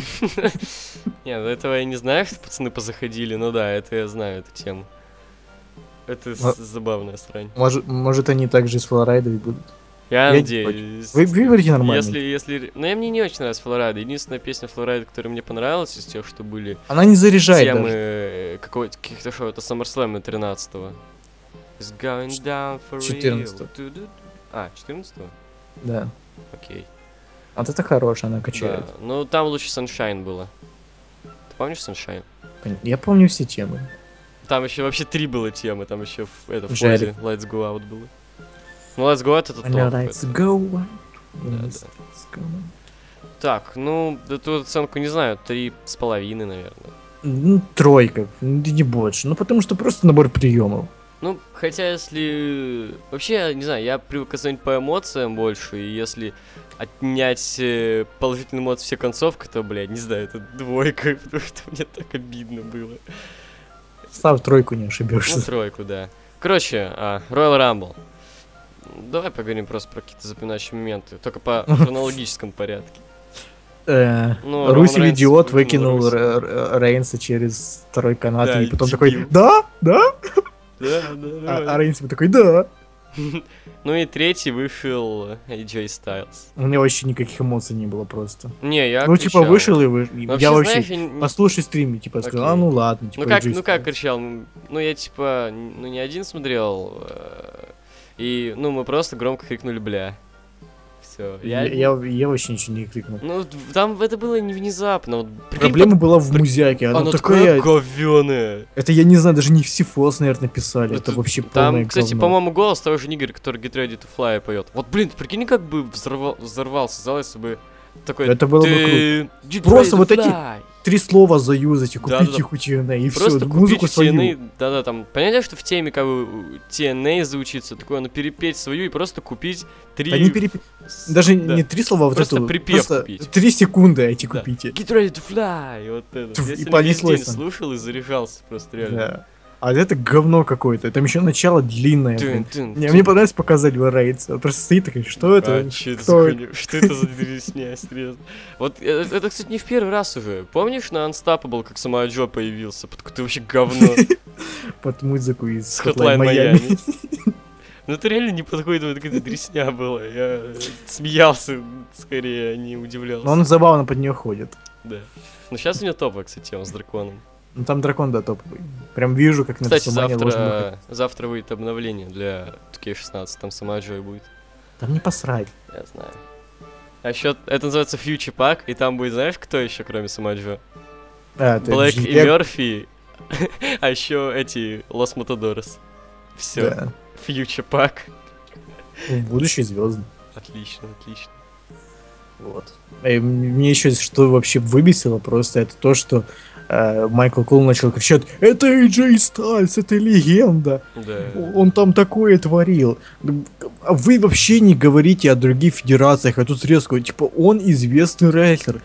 [SPEAKER 1] Не, ну этого я не знаю, *laughs* что пацаны позаходили, но да, это я знаю эту тему. Это с-
[SPEAKER 2] А-
[SPEAKER 1] забавная срань.
[SPEAKER 2] Может, может они также с Флорайдой будут.
[SPEAKER 1] Я,
[SPEAKER 2] Я не
[SPEAKER 1] надеюсь.
[SPEAKER 2] Вы, вы говорите нормально.
[SPEAKER 1] Если, если... Но мне не очень нравится Флорайда. Единственная песня Флорайда, которая мне понравилась из тех, что были
[SPEAKER 2] Она не заряжает
[SPEAKER 1] темы
[SPEAKER 2] даже.
[SPEAKER 1] э, какого-то каких-то шоу, это SummerSlam 13-го. It's going
[SPEAKER 2] Ч-
[SPEAKER 1] down for real.
[SPEAKER 2] 14-го.
[SPEAKER 1] Ту-ду-ду. А, 14-го?
[SPEAKER 2] Да.
[SPEAKER 1] Окей.
[SPEAKER 2] А вот это хорошая, она качает.
[SPEAKER 1] Да, Ну, там лучше Sunshine было. Ты помнишь Sunshine?
[SPEAKER 2] Пон- Я помню все темы.
[SPEAKER 1] Там еще вообще три было темы, там еще в- это в
[SPEAKER 2] Жарик.
[SPEAKER 1] Фозе Let's Go Out было. Ну, Let's Go Out это топ.
[SPEAKER 2] Она Let's
[SPEAKER 1] поэтому.
[SPEAKER 2] go out.
[SPEAKER 1] Да,
[SPEAKER 2] Let's go.
[SPEAKER 1] Так, ну, эту оценку не знаю, три с половиной, наверное.
[SPEAKER 2] Ну, тройка, ну, да не больше. Ну, потому что просто набор приемов.
[SPEAKER 1] Ну, хотя если... Вообще, я не знаю, я привык оценить по эмоциям больше, и если отнять э, положительный эмоции все концовка, то, блядь, не знаю, это двойка, *laughs* потому что мне так обидно было.
[SPEAKER 2] Став тройку, не
[SPEAKER 1] Ну,
[SPEAKER 2] ошибешься.
[SPEAKER 1] тройку, да. Короче, а, Royal Rumble. Давай поговорим просто про какие-то запоминающие моменты, только по
[SPEAKER 2] *laughs*
[SPEAKER 1] хронологическому порядке.
[SPEAKER 2] Э,
[SPEAKER 1] Ну,
[SPEAKER 2] Руси
[SPEAKER 1] Роман Рейнс
[SPEAKER 2] идиот
[SPEAKER 1] выкинул
[SPEAKER 2] выкинул
[SPEAKER 1] Руси.
[SPEAKER 2] Р- Р- Рейнса через второй канат,
[SPEAKER 1] Да,
[SPEAKER 2] и потом
[SPEAKER 1] дебил.
[SPEAKER 2] такой, да, да,
[SPEAKER 1] Да, да,
[SPEAKER 2] а, а Рейнс ему такой, да.
[SPEAKER 1] Ну и третий вышел AJ Styles.
[SPEAKER 2] У меня вообще никаких эмоций не было просто.
[SPEAKER 1] Не, я
[SPEAKER 2] Ну, типа,
[SPEAKER 1] кричал.
[SPEAKER 2] вышел и вышел.
[SPEAKER 1] Ну,
[SPEAKER 2] Я вообще,
[SPEAKER 1] знаешь, я не-
[SPEAKER 2] послушай стримы, типа,
[SPEAKER 1] Окей.
[SPEAKER 2] сказал, а ну ладно, типа,
[SPEAKER 1] Ну как,
[SPEAKER 2] Джей
[SPEAKER 1] ну как
[SPEAKER 2] Стайлз».
[SPEAKER 1] кричал? Ну я типа, н- ну не один смотрел, э, и, ну мы просто громко крикнули «бля». Все.
[SPEAKER 2] Я, я, я вообще ничего не крикнул.
[SPEAKER 1] Ну, в- там это было не внезапно. вот прикинь,
[SPEAKER 2] Проблема была в
[SPEAKER 1] при-
[SPEAKER 2] музяке, она
[SPEAKER 1] Оно
[SPEAKER 2] такая...
[SPEAKER 1] такое говёное.
[SPEAKER 2] Это, я не знаю, даже не всифос, наверное, писали, это
[SPEAKER 1] Это-
[SPEAKER 2] вообще полное
[SPEAKER 1] Ну Там, кстати,
[SPEAKER 2] говно.
[SPEAKER 1] по-моему, голос того же Нигер, который Get Ready to Fly поет. Вот, блин, ты прикинь, как бы взорвал- взорвался зал, если бы такой...
[SPEAKER 2] Это было бы
[SPEAKER 1] «Ты Get
[SPEAKER 2] Просто
[SPEAKER 1] Ready to
[SPEAKER 2] вот эти
[SPEAKER 1] Fly».
[SPEAKER 2] Три слова заюзать и
[SPEAKER 1] Да-да-да.
[SPEAKER 2] купить их у TNA, и все,
[SPEAKER 1] Просто
[SPEAKER 2] музыку
[SPEAKER 1] купите
[SPEAKER 2] свою.
[SPEAKER 1] TNA, да-да, там, понятно, что в теме как бы TNA заучиться, такое, но перепеть свою и просто купить три...
[SPEAKER 2] Да не переп-
[SPEAKER 1] с-
[SPEAKER 2] Даже
[SPEAKER 1] да.
[SPEAKER 2] не три слова, а вот
[SPEAKER 1] Просто
[SPEAKER 2] эту.
[SPEAKER 1] припев
[SPEAKER 2] просто
[SPEAKER 1] купить.
[SPEAKER 2] Три секунды эти
[SPEAKER 1] Да.
[SPEAKER 2] купите.
[SPEAKER 1] Get ready to fly, вот это.
[SPEAKER 2] Тьф,
[SPEAKER 1] Я
[SPEAKER 2] и
[SPEAKER 1] сегодня
[SPEAKER 2] понеслось
[SPEAKER 1] весь
[SPEAKER 2] там.
[SPEAKER 1] день слушал и заряжался просто реально.
[SPEAKER 2] Да. А это говно какое-то. Там еще начало длинное.
[SPEAKER 1] Тын,
[SPEAKER 2] блин.
[SPEAKER 1] тын,
[SPEAKER 2] Не,
[SPEAKER 1] тын.
[SPEAKER 2] мне понравилось показать Рейдс. Он просто стоит такой, что это?
[SPEAKER 1] А, чё это
[SPEAKER 2] Кто
[SPEAKER 1] за
[SPEAKER 2] это?»
[SPEAKER 1] хуйня? Что это за дресня, серьезно? Вот э, это, кстати, не в первый раз уже. Помнишь, на Unstoppable, как сама Джо появился? Под какое-то вообще
[SPEAKER 2] *laughs*
[SPEAKER 1] говно
[SPEAKER 2] Под музыку из
[SPEAKER 1] с
[SPEAKER 2] Hotline
[SPEAKER 1] Hotline
[SPEAKER 2] Miami. *laughs*
[SPEAKER 1] Miami. Ну это реально не подходит, вот какая-то дресня была. Я э, смеялся скорее, а не удивлялся.
[SPEAKER 2] Но Ну, он забавно под нее ходит.
[SPEAKER 1] Да. Ну сейчас у него топовая, кстати, тема с драконом.
[SPEAKER 2] Ну там дракон, да, топовый. Прям вижу, как на
[SPEAKER 1] Кстати,
[SPEAKER 2] Расселмане должен выходить.
[SPEAKER 1] завтра, завтра выйдет обновление для 2К16, там сама Джой будет.
[SPEAKER 2] Там не посрать.
[SPEAKER 1] Я знаю. А еще это называется Future Pack, и там будет, знаешь, кто еще, кроме Самаджо?
[SPEAKER 2] А, ты
[SPEAKER 1] Блэк и
[SPEAKER 2] я-
[SPEAKER 1] Мерфи, *laughs* а еще эти Лос Матадорос. Все,
[SPEAKER 2] Да.
[SPEAKER 1] Future Pack.
[SPEAKER 2] Ну, Будущие звезды.
[SPEAKER 1] Отлично, отлично.
[SPEAKER 2] Вот. Э, Мне еще что вообще выбесило просто, это то, что э, Майкл Кул начал кричать «Это Эйджей Стайлс, это легенда!
[SPEAKER 1] Да.
[SPEAKER 2] Он там такое творил!» А Вы вообще не говорите о других федерациях, а тут резко, типа, он известный рестлер.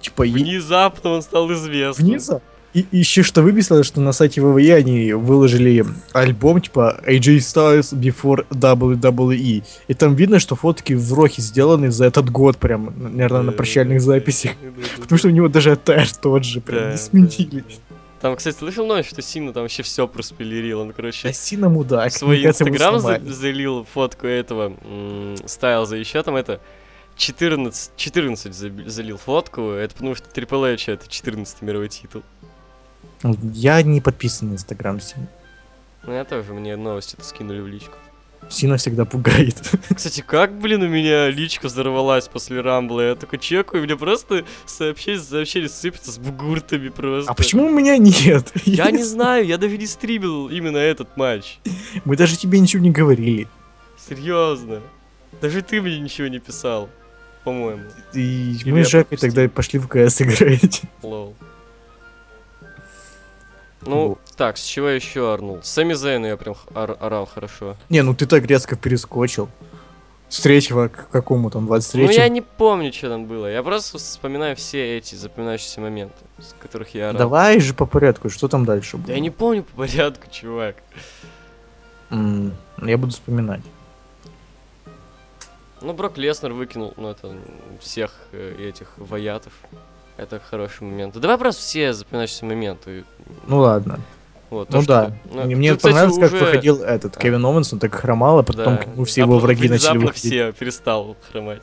[SPEAKER 2] Типа, и-
[SPEAKER 1] Внезапно он стал известным.
[SPEAKER 2] внизу. И, еще что выбесило, что на сайте ВВЕ они выложили альбом типа AJ Styles Before WWE. И там видно, что фотки в Рохе сделаны за этот год прям, наверное, на
[SPEAKER 1] Да,
[SPEAKER 2] прощальных
[SPEAKER 1] да,
[SPEAKER 2] записях.
[SPEAKER 1] да, да, да,
[SPEAKER 2] Потому что у него даже аттайр тот же,
[SPEAKER 1] да,
[SPEAKER 2] прям
[SPEAKER 1] да,
[SPEAKER 2] не сменились.
[SPEAKER 1] да. Там, кстати, слышал новость, что Сина там вообще все проспилерил. Он, короче,
[SPEAKER 2] Да Сина мудак.
[SPEAKER 1] в свой
[SPEAKER 2] мне кажется, его
[SPEAKER 1] инстаграм за-
[SPEAKER 2] сломали.
[SPEAKER 1] залил фотку этого м, Стайлза, еще там это 14, 14 заби- залил фотку, это потому что Трипл Эйч это 14 мировой титул.
[SPEAKER 2] Я не подписан на инстаграм Сина.
[SPEAKER 1] Ну, я тоже, мне новости-то скинули в личку. *laughs*
[SPEAKER 2] Сина всегда пугает.
[SPEAKER 1] Кстати, как, блин, у меня личка взорвалась после Рамбла, я только чекаю, и мне просто сообщение, сообщение сыпется с бугуртами просто.
[SPEAKER 2] А почему у меня нет? *laughs*
[SPEAKER 1] Я не знаю, я даже не стримил именно этот матч.
[SPEAKER 2] Мы даже тебе ничего не говорили.
[SPEAKER 1] Серьезно. Даже ты мне ничего не писал. по-моему.
[SPEAKER 2] И
[SPEAKER 1] Или
[SPEAKER 2] мы
[SPEAKER 1] я
[SPEAKER 2] с Жакой
[SPEAKER 1] пропустил.
[SPEAKER 2] тогда пошли в КС играть. *laughs*
[SPEAKER 1] Лол. Ну,
[SPEAKER 2] Вот.
[SPEAKER 1] так, с чего я еще орнул? Сами Зейна я прям х- ор- орал хорошо.
[SPEAKER 2] Не, ну ты так резко перескочил. С третьего к какому там, 23
[SPEAKER 1] Ну, я не помню, что там было. Я просто вспоминаю все эти запоминающиеся моменты, с которых я орал.
[SPEAKER 2] Давай же по порядку, что там дальше было?
[SPEAKER 1] Да я не помню по порядку, чувак.
[SPEAKER 2] М, я буду вспоминать.
[SPEAKER 1] Ну, Брок Леснер выкинул, ну, это м, всех э, этих ваятов. Это хороший момент. Давай просто все запоминающиеся моменты.
[SPEAKER 2] Ну ладно.
[SPEAKER 1] Вот, то,
[SPEAKER 2] ну
[SPEAKER 1] что-
[SPEAKER 2] да.
[SPEAKER 1] ну,
[SPEAKER 2] Мне
[SPEAKER 1] тут, кстати,
[SPEAKER 2] понравилось, как
[SPEAKER 1] уже-
[SPEAKER 2] выходил этот
[SPEAKER 1] Да.
[SPEAKER 2] Кевин Оуэнс, он так хромал, а потом
[SPEAKER 1] да.
[SPEAKER 2] ну, все
[SPEAKER 1] А
[SPEAKER 2] его
[SPEAKER 1] потом
[SPEAKER 2] враги начали
[SPEAKER 1] внезапно
[SPEAKER 2] выходить.
[SPEAKER 1] все перестал хромать.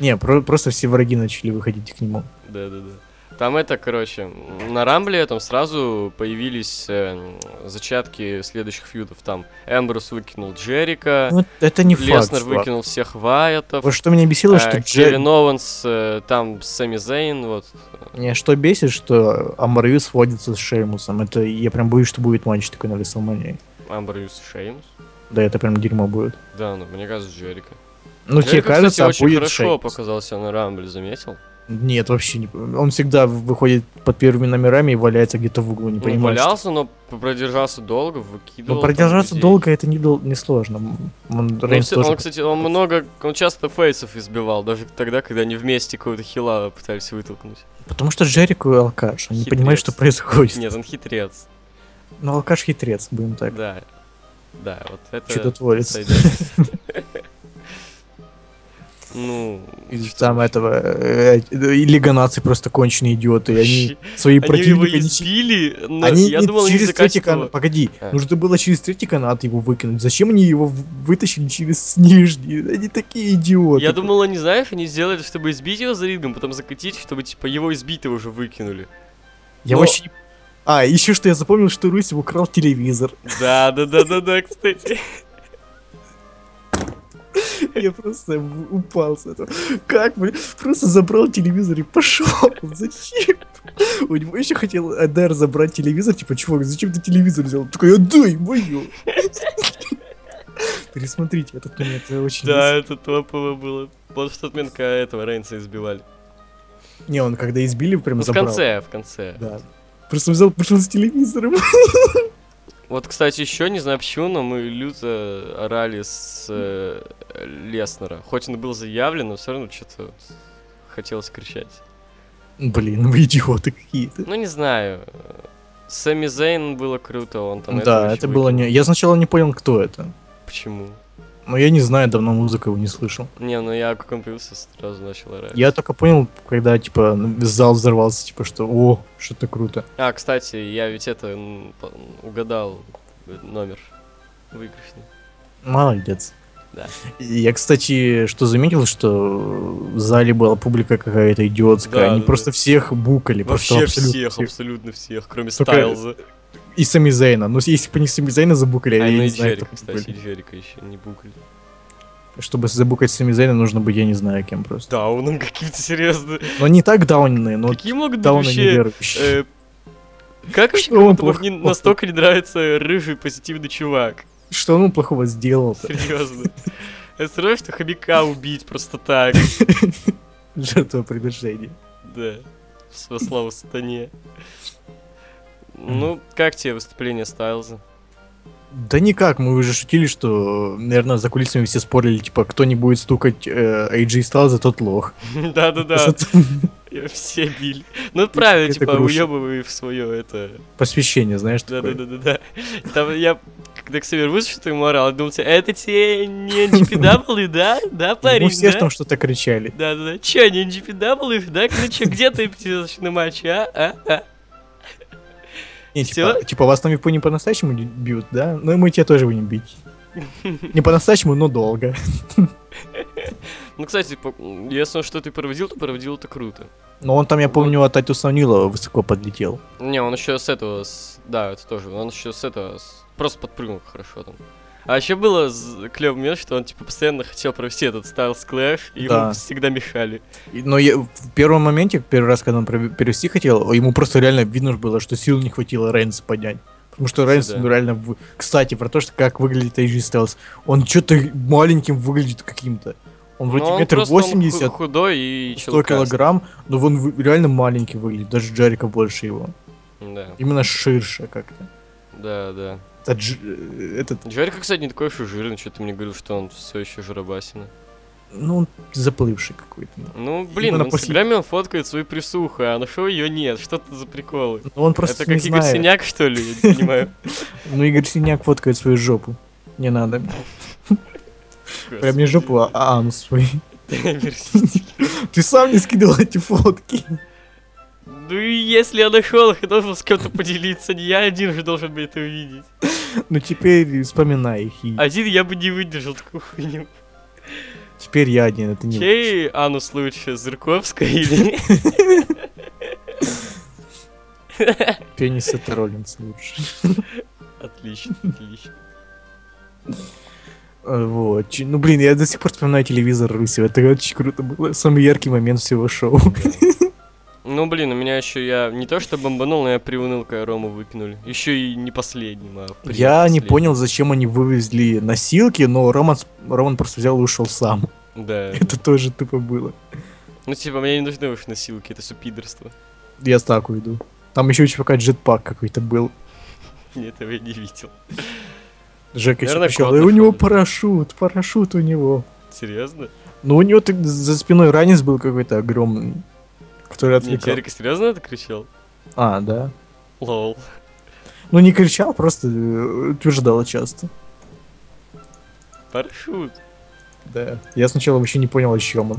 [SPEAKER 2] Не, про- просто все враги начали выходить к нему.
[SPEAKER 1] Да, да, да. Там это, короче, на Рамбле там сразу появились э, м, зачатки следующих фьюдов. Там Эмбрус выкинул Джерика,
[SPEAKER 2] Ну, это не факт.
[SPEAKER 1] Леснер
[SPEAKER 2] чувак.
[SPEAKER 1] выкинул всех Вайетов,
[SPEAKER 2] Вот что меня бесило, что Джер-
[SPEAKER 1] Кевин Оуэнс, э, там Сэмми Зейн, вот.
[SPEAKER 2] Мне что бесит, что Амарью сводится с Шеймусом. Это я прям боюсь, что будет матч такой на Рестлмании.
[SPEAKER 1] Амбер Юс и Шеймус.
[SPEAKER 2] Да, это прям дерьмо будет.
[SPEAKER 1] Да, ну, мне кажется, Джерика.
[SPEAKER 2] Ну, тебе
[SPEAKER 1] Джерика,
[SPEAKER 2] кажется,
[SPEAKER 1] кстати,
[SPEAKER 2] а
[SPEAKER 1] очень
[SPEAKER 2] будет
[SPEAKER 1] хорошо
[SPEAKER 2] Шеймус.
[SPEAKER 1] показался на Рамбле, заметил?
[SPEAKER 2] Нет, вообще не... Он всегда выходит под первыми номерами и валяется где-то в углу, не
[SPEAKER 1] Ну,
[SPEAKER 2] понимаю. что-
[SPEAKER 1] валялся, но продержался долго, Ну, выкидывал.
[SPEAKER 2] Ну,
[SPEAKER 1] там
[SPEAKER 2] продержаться
[SPEAKER 1] людей.
[SPEAKER 2] долго это не, дол- не сложно. М, Он
[SPEAKER 1] Он,
[SPEAKER 2] Рейнс
[SPEAKER 1] кстати-
[SPEAKER 2] тоже...
[SPEAKER 1] он, кстати, он много, он часто фейсов избивал, даже тогда, когда они вместе какого-то хила пытались вытолкнуть.
[SPEAKER 2] Потому что Джерику и алкаш, он не
[SPEAKER 1] Хитрец.
[SPEAKER 2] понимает, что происходит.
[SPEAKER 1] Нет, он хитрец.
[SPEAKER 2] Ну, алкаш хитрец, будем так.
[SPEAKER 1] Да. Да, вот это...
[SPEAKER 2] Чудотворец. *laughs*
[SPEAKER 1] сойдёт. Ну...
[SPEAKER 2] И
[SPEAKER 1] что
[SPEAKER 2] там
[SPEAKER 1] ж.
[SPEAKER 2] этого... э, э, и Лига наций просто конченые идиоты. и Они свои
[SPEAKER 1] Они его
[SPEAKER 2] противники... не-
[SPEAKER 1] избили, но
[SPEAKER 2] Они
[SPEAKER 1] я
[SPEAKER 2] не
[SPEAKER 1] думал, они
[SPEAKER 2] через третий
[SPEAKER 1] закачивали.
[SPEAKER 2] канат. Погоди,
[SPEAKER 1] А.
[SPEAKER 2] нужно было через третий канат его выкинуть. Зачем они его в- вытащили через нижний? Они такие идиоты.
[SPEAKER 1] Я думал, они, знаешь, они сделали, чтобы избить его за рингом, потом закатить, чтобы, типа, его избитого уже выкинули.
[SPEAKER 2] Я
[SPEAKER 1] но-
[SPEAKER 2] вообще. не- А еще что я запомнил, что Русев украл телевизор. *laughs*
[SPEAKER 1] Да, да, да, да, да, кстати.
[SPEAKER 2] Я просто в- упал с этого. Как бы просто забрал телевизор и пошел. *laughs* Зачем? У него еще хотел Эдер забрать телевизор. Типа, чувак, зачем ты телевизор взял? Он Такой, отдай, мое. *laughs* Пересмотрите этот момент, это очень
[SPEAKER 1] Да, это топово было. Вот в тот момент, когда этого Рейнса избивали.
[SPEAKER 2] вес- Не, он когда избили, прям
[SPEAKER 1] Ну, в
[SPEAKER 2] забрал.
[SPEAKER 1] конце, в конце.
[SPEAKER 2] Да. Просто взял, пошел с телевизором.
[SPEAKER 1] Вот, кстати, еще не знаю почему, но мы люто орали с э, Леснера. Хоть он и был заявлен, но все равно что-то хотелось кричать.
[SPEAKER 2] *laughs* Блин, вы идиоты какие-то.
[SPEAKER 1] Ну, не знаю. Сэмми Зейн было круто, он там... этого
[SPEAKER 2] Да,
[SPEAKER 1] ещё
[SPEAKER 2] это было
[SPEAKER 1] выкинул.
[SPEAKER 2] не... Я сначала не понял, кто это.
[SPEAKER 1] Почему?
[SPEAKER 2] Но я не знаю, давно музыку его не слышал.
[SPEAKER 1] Не, ну я компьютер сразу начал орать.
[SPEAKER 2] Я только понял, когда, типа, ну, зал взорвался, типа, что, о, что-то круто.
[SPEAKER 1] А, кстати, я ведь это м, по- угадал э, номер выигрышный.
[SPEAKER 2] Молодец.
[SPEAKER 1] Да.
[SPEAKER 2] И Я, кстати, что заметил, что в зале была публика какая-то идиотская.
[SPEAKER 1] Да,
[SPEAKER 2] Они
[SPEAKER 1] да,
[SPEAKER 2] просто
[SPEAKER 1] да.
[SPEAKER 2] всех букали. просто
[SPEAKER 1] Вообще
[SPEAKER 2] абсолютно
[SPEAKER 1] всех, абсолютно всех, кроме
[SPEAKER 2] Только-
[SPEAKER 1] Стайлза.
[SPEAKER 2] И Сами Зейна. Ну, если бы не Сами Зейна забукали,
[SPEAKER 1] А,
[SPEAKER 2] я
[SPEAKER 1] ну
[SPEAKER 2] не
[SPEAKER 1] и
[SPEAKER 2] знаю,
[SPEAKER 1] Джерика,
[SPEAKER 2] кто бы
[SPEAKER 1] кстати, и
[SPEAKER 2] были.
[SPEAKER 1] Джерика еще не букали.
[SPEAKER 2] Чтобы забукать Сами Зейна, нужно быть, я не знаю, кем просто.
[SPEAKER 1] Да, он какие-то серьезные.
[SPEAKER 2] Но не так даунные, но
[SPEAKER 1] Какие могут быть
[SPEAKER 2] Ну, *laughs* дауны
[SPEAKER 1] вообще...
[SPEAKER 2] неверующие.
[SPEAKER 1] э, Как
[SPEAKER 2] *laughs*
[SPEAKER 1] вообще
[SPEAKER 2] Что он
[SPEAKER 1] кому-то вот
[SPEAKER 2] плохо-
[SPEAKER 1] не- настолько не нравится рыжий позитивный чувак?
[SPEAKER 2] *laughs* Что он плохого сделал-то? *laughs*
[SPEAKER 1] Серьезно. Это все равно, что хомяка убить просто так.
[SPEAKER 2] Жертвоприношение.
[SPEAKER 1] Да. С- Во славу сатане. Ну, как тебе выступление Стайлза? *laughs*
[SPEAKER 2] Да никак, мы уже шутили, что, наверное, за кулисами все спорили, типа, кто не будет стукать э, AJ Styles, тот лох. *laughs*
[SPEAKER 1] Да-да-да,
[SPEAKER 2] Просто там
[SPEAKER 1] все били. Ну, правильно,
[SPEAKER 2] Это
[SPEAKER 1] типа,
[SPEAKER 2] груша.
[SPEAKER 1] уебывай в свое это...
[SPEAKER 2] Посвящение, знаешь,
[SPEAKER 1] Да, да,
[SPEAKER 2] такое.
[SPEAKER 1] да, да, да. Там я, когда Ксавер вышел, что ему орал, я думал, тебе, это тебе не NGPW, да? Да,
[SPEAKER 2] Ну,
[SPEAKER 1] парень,
[SPEAKER 2] все ж
[SPEAKER 1] да?
[SPEAKER 2] там что-то кричали.
[SPEAKER 1] Да, да, да. Че, не NGPW, да? Ну че, где ты на матче, а? а? А?
[SPEAKER 2] Не,
[SPEAKER 1] Всё?
[SPEAKER 2] типа, типа, вас там в Японии по-настоящему не бьют, да? Ну, и мы тебя тоже будем
[SPEAKER 1] *laughs*
[SPEAKER 2] бить. Не по-настоящему, но долго.
[SPEAKER 1] Ну, кстати, по- если он что-то и проводил, то проводил это круто.
[SPEAKER 2] Но он там, я помню, от Татюса Нила высоко подлетел.
[SPEAKER 1] Не, он еще с этого, с- да, это тоже, он еще с этого, с- просто подпрыгнул хорошо там. А еще было клевый момент, что он типа постоянно хотел провести этот Styles Clash, и
[SPEAKER 2] Да.
[SPEAKER 1] ему всегда мешали.
[SPEAKER 2] И- Но я, в первом моменте, первый раз, когда он пров- перевести хотел, ему просто реально видно было, что сил не хватило Рейнса поднять. Потому что Рейнс,
[SPEAKER 1] да.
[SPEAKER 2] ну, реально... вы- Кстати, про то, что как выглядит AJ Styles. Он что-то маленьким выглядит каким-то. Он вроде
[SPEAKER 1] Ну, он
[SPEAKER 2] метр
[SPEAKER 1] просто, он ху-
[SPEAKER 2] восемьдесят,
[SPEAKER 1] худой и
[SPEAKER 2] 100
[SPEAKER 1] челкастый.
[SPEAKER 2] килограмм, но он вы- реально маленький выглядит, даже Джерика больше его.
[SPEAKER 1] Да,
[SPEAKER 2] Именно ширше как-то.
[SPEAKER 1] да, да.
[SPEAKER 2] Это Дж- э, этот,
[SPEAKER 1] Джарик, кстати, не такой уж и жирный, что ты мне говорил, что он все еще жиробасина.
[SPEAKER 2] ну, он заплывший какой-то.
[SPEAKER 1] Ну, блин,
[SPEAKER 2] Именно
[SPEAKER 1] в
[SPEAKER 2] после-
[SPEAKER 1] Инстаграме он фоткает свою присуху, а на шоу ее нет. Что это за приколы?
[SPEAKER 2] Но он просто
[SPEAKER 1] это как
[SPEAKER 2] не
[SPEAKER 1] Игорь
[SPEAKER 2] знает.
[SPEAKER 1] Синяк, что ли? Я не понимаю.
[SPEAKER 2] Ну, Игорь Синяк фоткает свою жопу. Не надо. *laughs* Прям не жопу,
[SPEAKER 1] *laughs*
[SPEAKER 2] а а анус свой.
[SPEAKER 1] Мерсистики.
[SPEAKER 2] Ты сам не скидывал эти фотки.
[SPEAKER 1] Ну и если я нашел их, я должен с кем-то поделиться. Не я один же должен бы это увидеть.
[SPEAKER 2] Ну, теперь вспоминай их. и
[SPEAKER 1] Один я бы не выдержал такую хуйню.
[SPEAKER 2] Теперь я один, это не...
[SPEAKER 1] Чей анус лучше, Зырковская или... *laughs*
[SPEAKER 2] Пенис это Роллинс лучше.
[SPEAKER 1] Отлично, отлично.
[SPEAKER 2] Э, Вот. Чи- Ну, блин, я до сих пор вспоминаю телевизор Русева. Это очень круто было. Самый яркий момент всего шоу.
[SPEAKER 1] Ну блин, у меня еще я не то что бомбанул, но я приуныл, когда Рому выкинули. Еще и не последним, а
[SPEAKER 2] Я не
[SPEAKER 1] предпоследним.
[SPEAKER 2] понял, зачем они вывезли носилки, но Роман, с- Роман просто взял и ушел сам. *laughs*
[SPEAKER 1] Да.
[SPEAKER 2] Это тоже тупо было.
[SPEAKER 1] Ну типа, мне не нужны ваши носилки, это все пидорство. *laughs*
[SPEAKER 2] Я так уйду. Там еще у чувака джетпак какой-то был.
[SPEAKER 1] Нет, этого я не видел.
[SPEAKER 2] Жека еще
[SPEAKER 1] Наверное,
[SPEAKER 2] кричал,
[SPEAKER 1] кот
[SPEAKER 2] «Э, у него
[SPEAKER 1] нашел».
[SPEAKER 2] парашют, парашют у него.
[SPEAKER 1] Серьезно?
[SPEAKER 2] Ну, у него так за спиной ранец был какой-то огромный, который
[SPEAKER 1] Нет,
[SPEAKER 2] отвлекал.
[SPEAKER 1] Ярик, серьезно это кричал?
[SPEAKER 2] А, да.
[SPEAKER 1] Лол.
[SPEAKER 2] Ну, не кричал, просто э, утверждал часто.
[SPEAKER 1] Парашют.
[SPEAKER 2] Да. Я сначала вообще не понял, о чем он.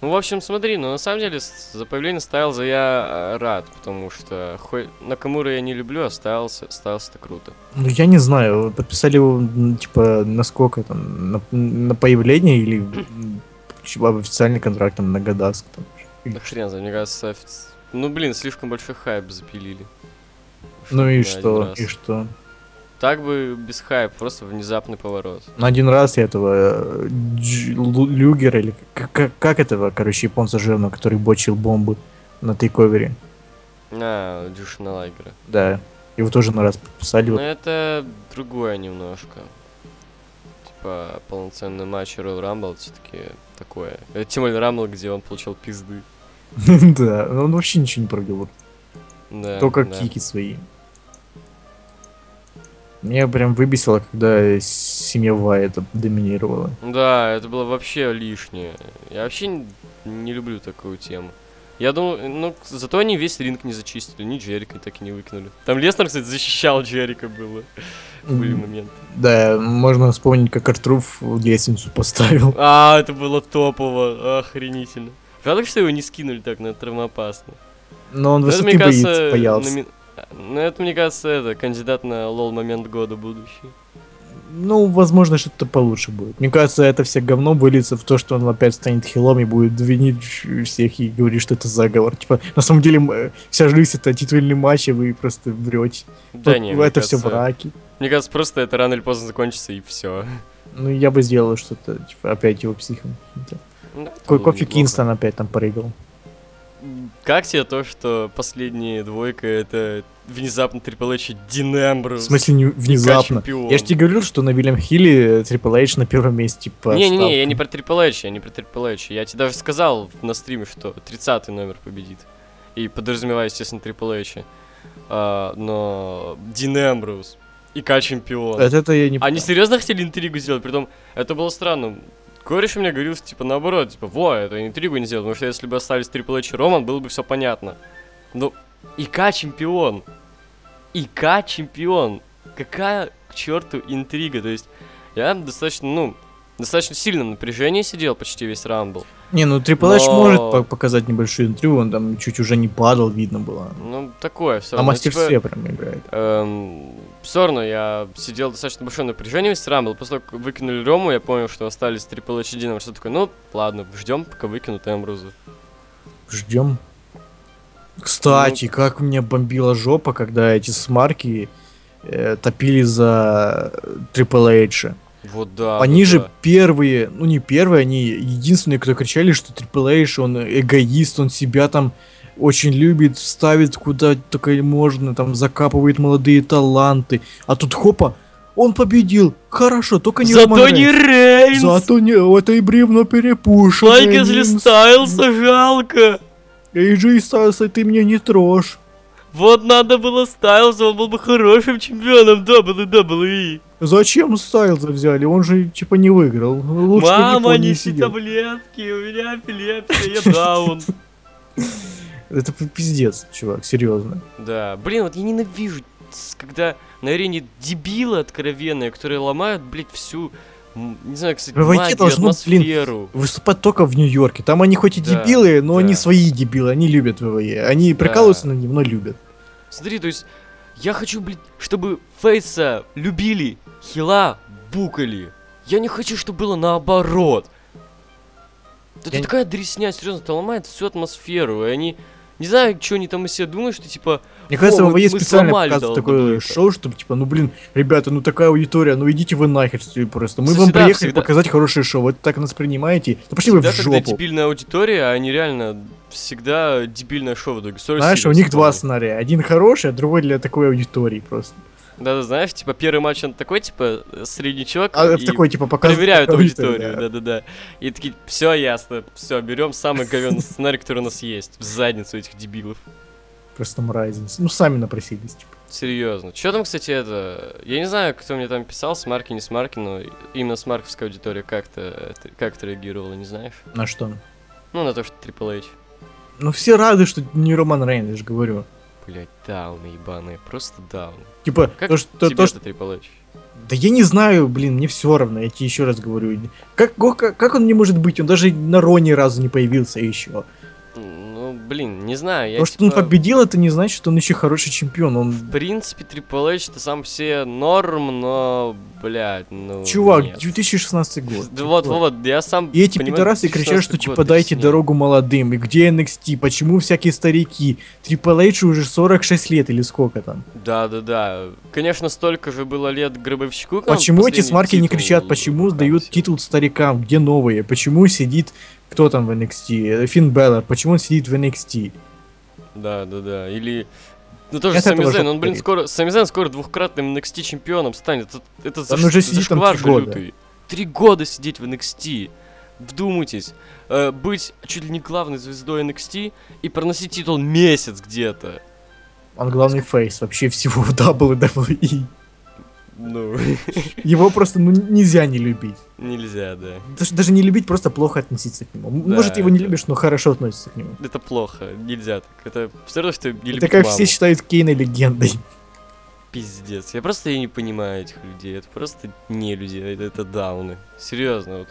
[SPEAKER 1] Ну, в общем, смотри, ну, на самом деле, с- за появление Стайлза я э, рад, потому что хоть Накамура я не люблю, а Стайлз, Стайлз это круто.
[SPEAKER 2] Ну, я не знаю, подписали его, м, типа, на сколько там, на, на появление или м, ч- официальный контракт там на года? с- там, или
[SPEAKER 1] Да
[SPEAKER 2] ш-
[SPEAKER 1] хрен знает, мне кажется, офиц- ну, блин, слишком большой хайп запилили.
[SPEAKER 2] Ну и
[SPEAKER 1] на один
[SPEAKER 2] что?
[SPEAKER 1] раз.
[SPEAKER 2] И что?
[SPEAKER 1] Так бы без хайпа, просто внезапный поворот.
[SPEAKER 2] На один раз я этого э, Дж- Лу- Люгера или к- к- как этого, короче, японца жирного, который бочил бомбы на тейковере.
[SPEAKER 1] А, Дюшина Лайгера.
[SPEAKER 2] Да. Его тоже на раз подписали.
[SPEAKER 1] Но
[SPEAKER 2] вот.
[SPEAKER 1] Ну, это другое немножко. Типа, полноценный матч Royal Rumble все-таки такое. Э, Тем более Рамбл, где он получал пизды.
[SPEAKER 2] *laughs* Да, но он вообще ничего не пробил. вот
[SPEAKER 1] Да,
[SPEAKER 2] Только
[SPEAKER 1] да.
[SPEAKER 2] кики свои. Меня прям выбесило, когда семья это доминировала.
[SPEAKER 1] Да, это было вообще лишнее. Я вообще н- не люблю такую тему. Я думал, ну, к- зато они весь ринг не зачистили, ни Джерика так и не выкинули. Там Леснер, кстати, защищал Джерика было. Были моменты.
[SPEAKER 2] Да, можно вспомнить, как Артруф лестницу поставил.
[SPEAKER 1] А, это было топово, охренительно. Жалко, что его не скинули так, на травмоопасно.
[SPEAKER 2] Но он
[SPEAKER 1] Но это,
[SPEAKER 2] высоты
[SPEAKER 1] мне кажется,
[SPEAKER 2] боится, боялся.
[SPEAKER 1] номи- Ну, это, мне кажется, это кандидат на лол момент года будущий.
[SPEAKER 2] Ну, возможно, что-то получше будет. Мне кажется, это все говно выльется в то, что он опять станет хилом и будет винить ч- всех и говорить, что это заговор. Типа, на самом деле, м, вся жизнь это титульный матч, и вы просто врете.
[SPEAKER 1] Да не, мне
[SPEAKER 2] Ну, это все
[SPEAKER 1] кажется,
[SPEAKER 2] враки.
[SPEAKER 1] Мне кажется, просто это рано или поздно закончится и все.
[SPEAKER 2] Ну, я бы сделал что-то, типа, опять его психом.
[SPEAKER 1] Ну,
[SPEAKER 2] Ко- Кофи Кингстон опять там прыгал.
[SPEAKER 1] Как тебе то, что последняя двойка это внезапно Трипл Эйч и Дин Эмбрус?
[SPEAKER 2] В смысле, не- внезапно. Я же тебе говорил, что на Вильям Хилле Трипл Эйдж на первом месте по
[SPEAKER 1] Не-не-не, я
[SPEAKER 2] ставкам.
[SPEAKER 1] не про Трипл Эйч, я не про Трипл Эйч. Я тебе даже сказал на стриме, что 30 номер победит. И подразумеваю, естественно, Трипл Эйча. А, но Дин Эмбрус и К-чемпион.
[SPEAKER 2] Вот это я не
[SPEAKER 1] Они серьезно хотели интригу сделать, притом это было странно. Кореш у меня говорил, что, типа, наоборот, типа, во, это интригу не сделал, потому что если бы остались Трипл Эйч и Роман, было бы все понятно. Но ИК чемпион. ИК чемпион. Какая к черту интрига? То есть я достаточно, ну, достаточно сильном напряжении сидел почти весь рамбл.
[SPEAKER 2] Не, ну Трипл H
[SPEAKER 1] Но-
[SPEAKER 2] может по- показать небольшую интригу, он там чуть уже не падал, видно было.
[SPEAKER 1] Ну, такое типа, все.
[SPEAKER 2] На мастерстве прям играет.
[SPEAKER 1] все Эм, равно я сидел достаточно большое напряжение весь рамбл. После того, как выкинули Рому, я понял, что остались Трипл Эйч и Динам. Что такое? Ну, ладно, ждем, пока выкинут Эмбрузу.
[SPEAKER 2] Ждем. Кстати,
[SPEAKER 1] Ну.
[SPEAKER 2] как меня бомбила жопа, когда эти смарки э, топили за э, Трипл Эйджа.
[SPEAKER 1] Вот да.
[SPEAKER 2] они
[SPEAKER 1] вот
[SPEAKER 2] же
[SPEAKER 1] А, да.
[SPEAKER 2] первые, ну не первые, они единственные, кто кричали, что Трипл Эйдж, он эгоист, он себя там очень любит, ставит куда только можно, там закапывает молодые таланты. А тут хопа, он победил, хорошо, только не
[SPEAKER 1] Зато
[SPEAKER 2] Роман
[SPEAKER 1] не
[SPEAKER 2] Рейнс».
[SPEAKER 1] Рейнс!
[SPEAKER 2] Зато не, это и бревно перепушено.
[SPEAKER 1] Лайк, если Стайлса жалко!
[SPEAKER 2] Эйджи Стайлса, ты меня не трожь.
[SPEAKER 1] Вот надо было Стайлса, он был бы хорошим чемпионом WWE.
[SPEAKER 2] Зачем Стайлза взяли? Он же типа не выиграл. Лучше бы в
[SPEAKER 1] Мама,
[SPEAKER 2] Японии
[SPEAKER 1] неси
[SPEAKER 2] сидел.
[SPEAKER 1] таблетки, у меня эпилепсия, я даун.
[SPEAKER 2] Это п- пиздец, чувак, серьезно.
[SPEAKER 1] Да, блин, вот я ненавижу, с- когда на арене дебилы откровенные, которые ломают, блядь, всю, м, не знаю, кстати,
[SPEAKER 2] Войти
[SPEAKER 1] магию,
[SPEAKER 2] должно, блин,
[SPEAKER 1] атмосферу.
[SPEAKER 2] Выступать только в Нью-Йорке. Там они хоть и
[SPEAKER 1] Да,
[SPEAKER 2] дебилы, но
[SPEAKER 1] да.
[SPEAKER 2] они свои дебилы, они любят ВВЕ. Они
[SPEAKER 1] Да.
[SPEAKER 2] прикалываются над ним, но любят.
[SPEAKER 1] Смотри, то есть, я хочу, блядь, чтобы Фейса любили, Хила букали. Я не хочу, чтобы было наоборот. Да
[SPEAKER 2] Я
[SPEAKER 1] это
[SPEAKER 2] не-
[SPEAKER 1] такая дресня, серьезно, это ломает всю атмосферу, и они... Не знаю, что они там из себя думают, что типа...
[SPEAKER 2] Мне кажется,
[SPEAKER 1] мы-
[SPEAKER 2] ВВЕ
[SPEAKER 1] мы
[SPEAKER 2] специально
[SPEAKER 1] сломали
[SPEAKER 2] показывает
[SPEAKER 1] долго
[SPEAKER 2] такое
[SPEAKER 1] это.
[SPEAKER 2] шоу, чтобы типа, ну блин, ребята, ну такая аудитория, ну идите вы нахер с- просто. Мы вам
[SPEAKER 1] Всегда,
[SPEAKER 2] приехали
[SPEAKER 1] всегда.
[SPEAKER 2] показать хорошее шоу, вы так нас принимаете. Да пошли вы в
[SPEAKER 1] всегда, когда
[SPEAKER 2] жопу.
[SPEAKER 1] дебильная аудитория, а они реально всегда дебильное шоу в итоге. Sorry,
[SPEAKER 2] Знаешь, у
[SPEAKER 1] serious,
[SPEAKER 2] них два
[SPEAKER 1] по-моему.
[SPEAKER 2] сценария. Один хороший, а другой для такой аудитории просто.
[SPEAKER 1] Да, да, знаешь, типа первый матч он такой, типа, средний чувак.
[SPEAKER 2] А
[SPEAKER 1] и
[SPEAKER 2] в такой типа показывают.
[SPEAKER 1] проверяют
[SPEAKER 2] аудиторию,
[SPEAKER 1] аудиторию, да, да, да. И такие, все ясно, все, берем самый говенный сценарий, который у нас есть. В задницу этих дебилов.
[SPEAKER 2] Просто мразинс. Ну, сами напросились, типа.
[SPEAKER 1] Серьезно. Че там, кстати, это. Я не знаю, кто мне там писал, с Марки, не с Марки, но именно с Марковской аудитория как-то это- как-то реагировала, не знаешь?
[SPEAKER 2] На что?
[SPEAKER 1] Ну, на то, что Triple H.
[SPEAKER 2] Ну, все рады, что не Роман Рейнс, я же говорю.
[SPEAKER 1] Блять, дауны ебаные, просто дауны.
[SPEAKER 2] Типа,
[SPEAKER 1] Как
[SPEAKER 2] то, что, то,
[SPEAKER 1] тебе
[SPEAKER 2] что...
[SPEAKER 1] это Triple H?
[SPEAKER 2] Да я не знаю, блин, мне все равно, я тебе еще раз говорю. Как, го- как, как он не может быть? Он даже на Ро ни разу не появился еще.
[SPEAKER 1] Ну, блин, не знаю, я
[SPEAKER 2] То, что ну, он
[SPEAKER 1] типа-
[SPEAKER 2] победил, это не значит, что он еще хороший чемпион. Он...
[SPEAKER 1] В принципе, Triple H это сам по себе норм, но, блядь, ну...
[SPEAKER 2] Чувак,
[SPEAKER 1] нет. *laughs*
[SPEAKER 2] 2016 год.
[SPEAKER 1] Да
[SPEAKER 2] типа.
[SPEAKER 1] вот, вот, вот, я сам...
[SPEAKER 2] И эти
[SPEAKER 1] понимаю,
[SPEAKER 2] пидорасы кричат,
[SPEAKER 1] 16-й
[SPEAKER 2] что типа
[SPEAKER 1] год,
[SPEAKER 2] дайте
[SPEAKER 1] объясни.
[SPEAKER 2] дорогу молодым, и где NXT, почему всякие старики? Triple H уже 46 лет или сколько там?
[SPEAKER 1] Да-да-да. Конечно, столько же было лет гробовщику. когда он
[SPEAKER 2] Почему эти
[SPEAKER 1] последний
[SPEAKER 2] смарки не
[SPEAKER 1] титул
[SPEAKER 2] кричат, почему
[SPEAKER 1] в Хансе?
[SPEAKER 2] сдают титул старикам, где новые, почему сидит кто там в NXT, Финн Беллар, почему он сидит в NXT?
[SPEAKER 1] Да-да-да, или... Ну тоже
[SPEAKER 2] От
[SPEAKER 1] Сами
[SPEAKER 2] этого
[SPEAKER 1] Зен,
[SPEAKER 2] жопа
[SPEAKER 1] он, блин,
[SPEAKER 2] горит.
[SPEAKER 1] скоро... Сами Зен скоро двухкратным NXT чемпионом станет. Это, это за
[SPEAKER 2] Он уже
[SPEAKER 1] ш-
[SPEAKER 2] сидит там
[SPEAKER 1] зашквар
[SPEAKER 2] три
[SPEAKER 1] же
[SPEAKER 2] года.
[SPEAKER 1] лютый. Три года сидеть в NXT. Вдумайтесь. Э, быть чуть ли не главной звездой NXT и проносить титул месяц где-то.
[SPEAKER 2] Он главный фейс вообще всего в WWE.
[SPEAKER 1] Ну, *laughs*
[SPEAKER 2] Его просто ну, нельзя не любить.
[SPEAKER 1] нельзя, да.
[SPEAKER 2] Даже, даже не любить, просто плохо относиться к нему. М- Может,
[SPEAKER 1] Да,
[SPEAKER 2] ты его не
[SPEAKER 1] это-
[SPEAKER 2] любишь, но хорошо относишься к нему.
[SPEAKER 1] Это плохо, нельзя так. Это все равно, что не
[SPEAKER 2] Это
[SPEAKER 1] любить
[SPEAKER 2] как
[SPEAKER 1] маму.
[SPEAKER 2] все считают Кейна легендой.
[SPEAKER 1] Пиздец. Я просто я не понимаю этих людей. Это просто не люди, это, это дауны. Серьезно, вот.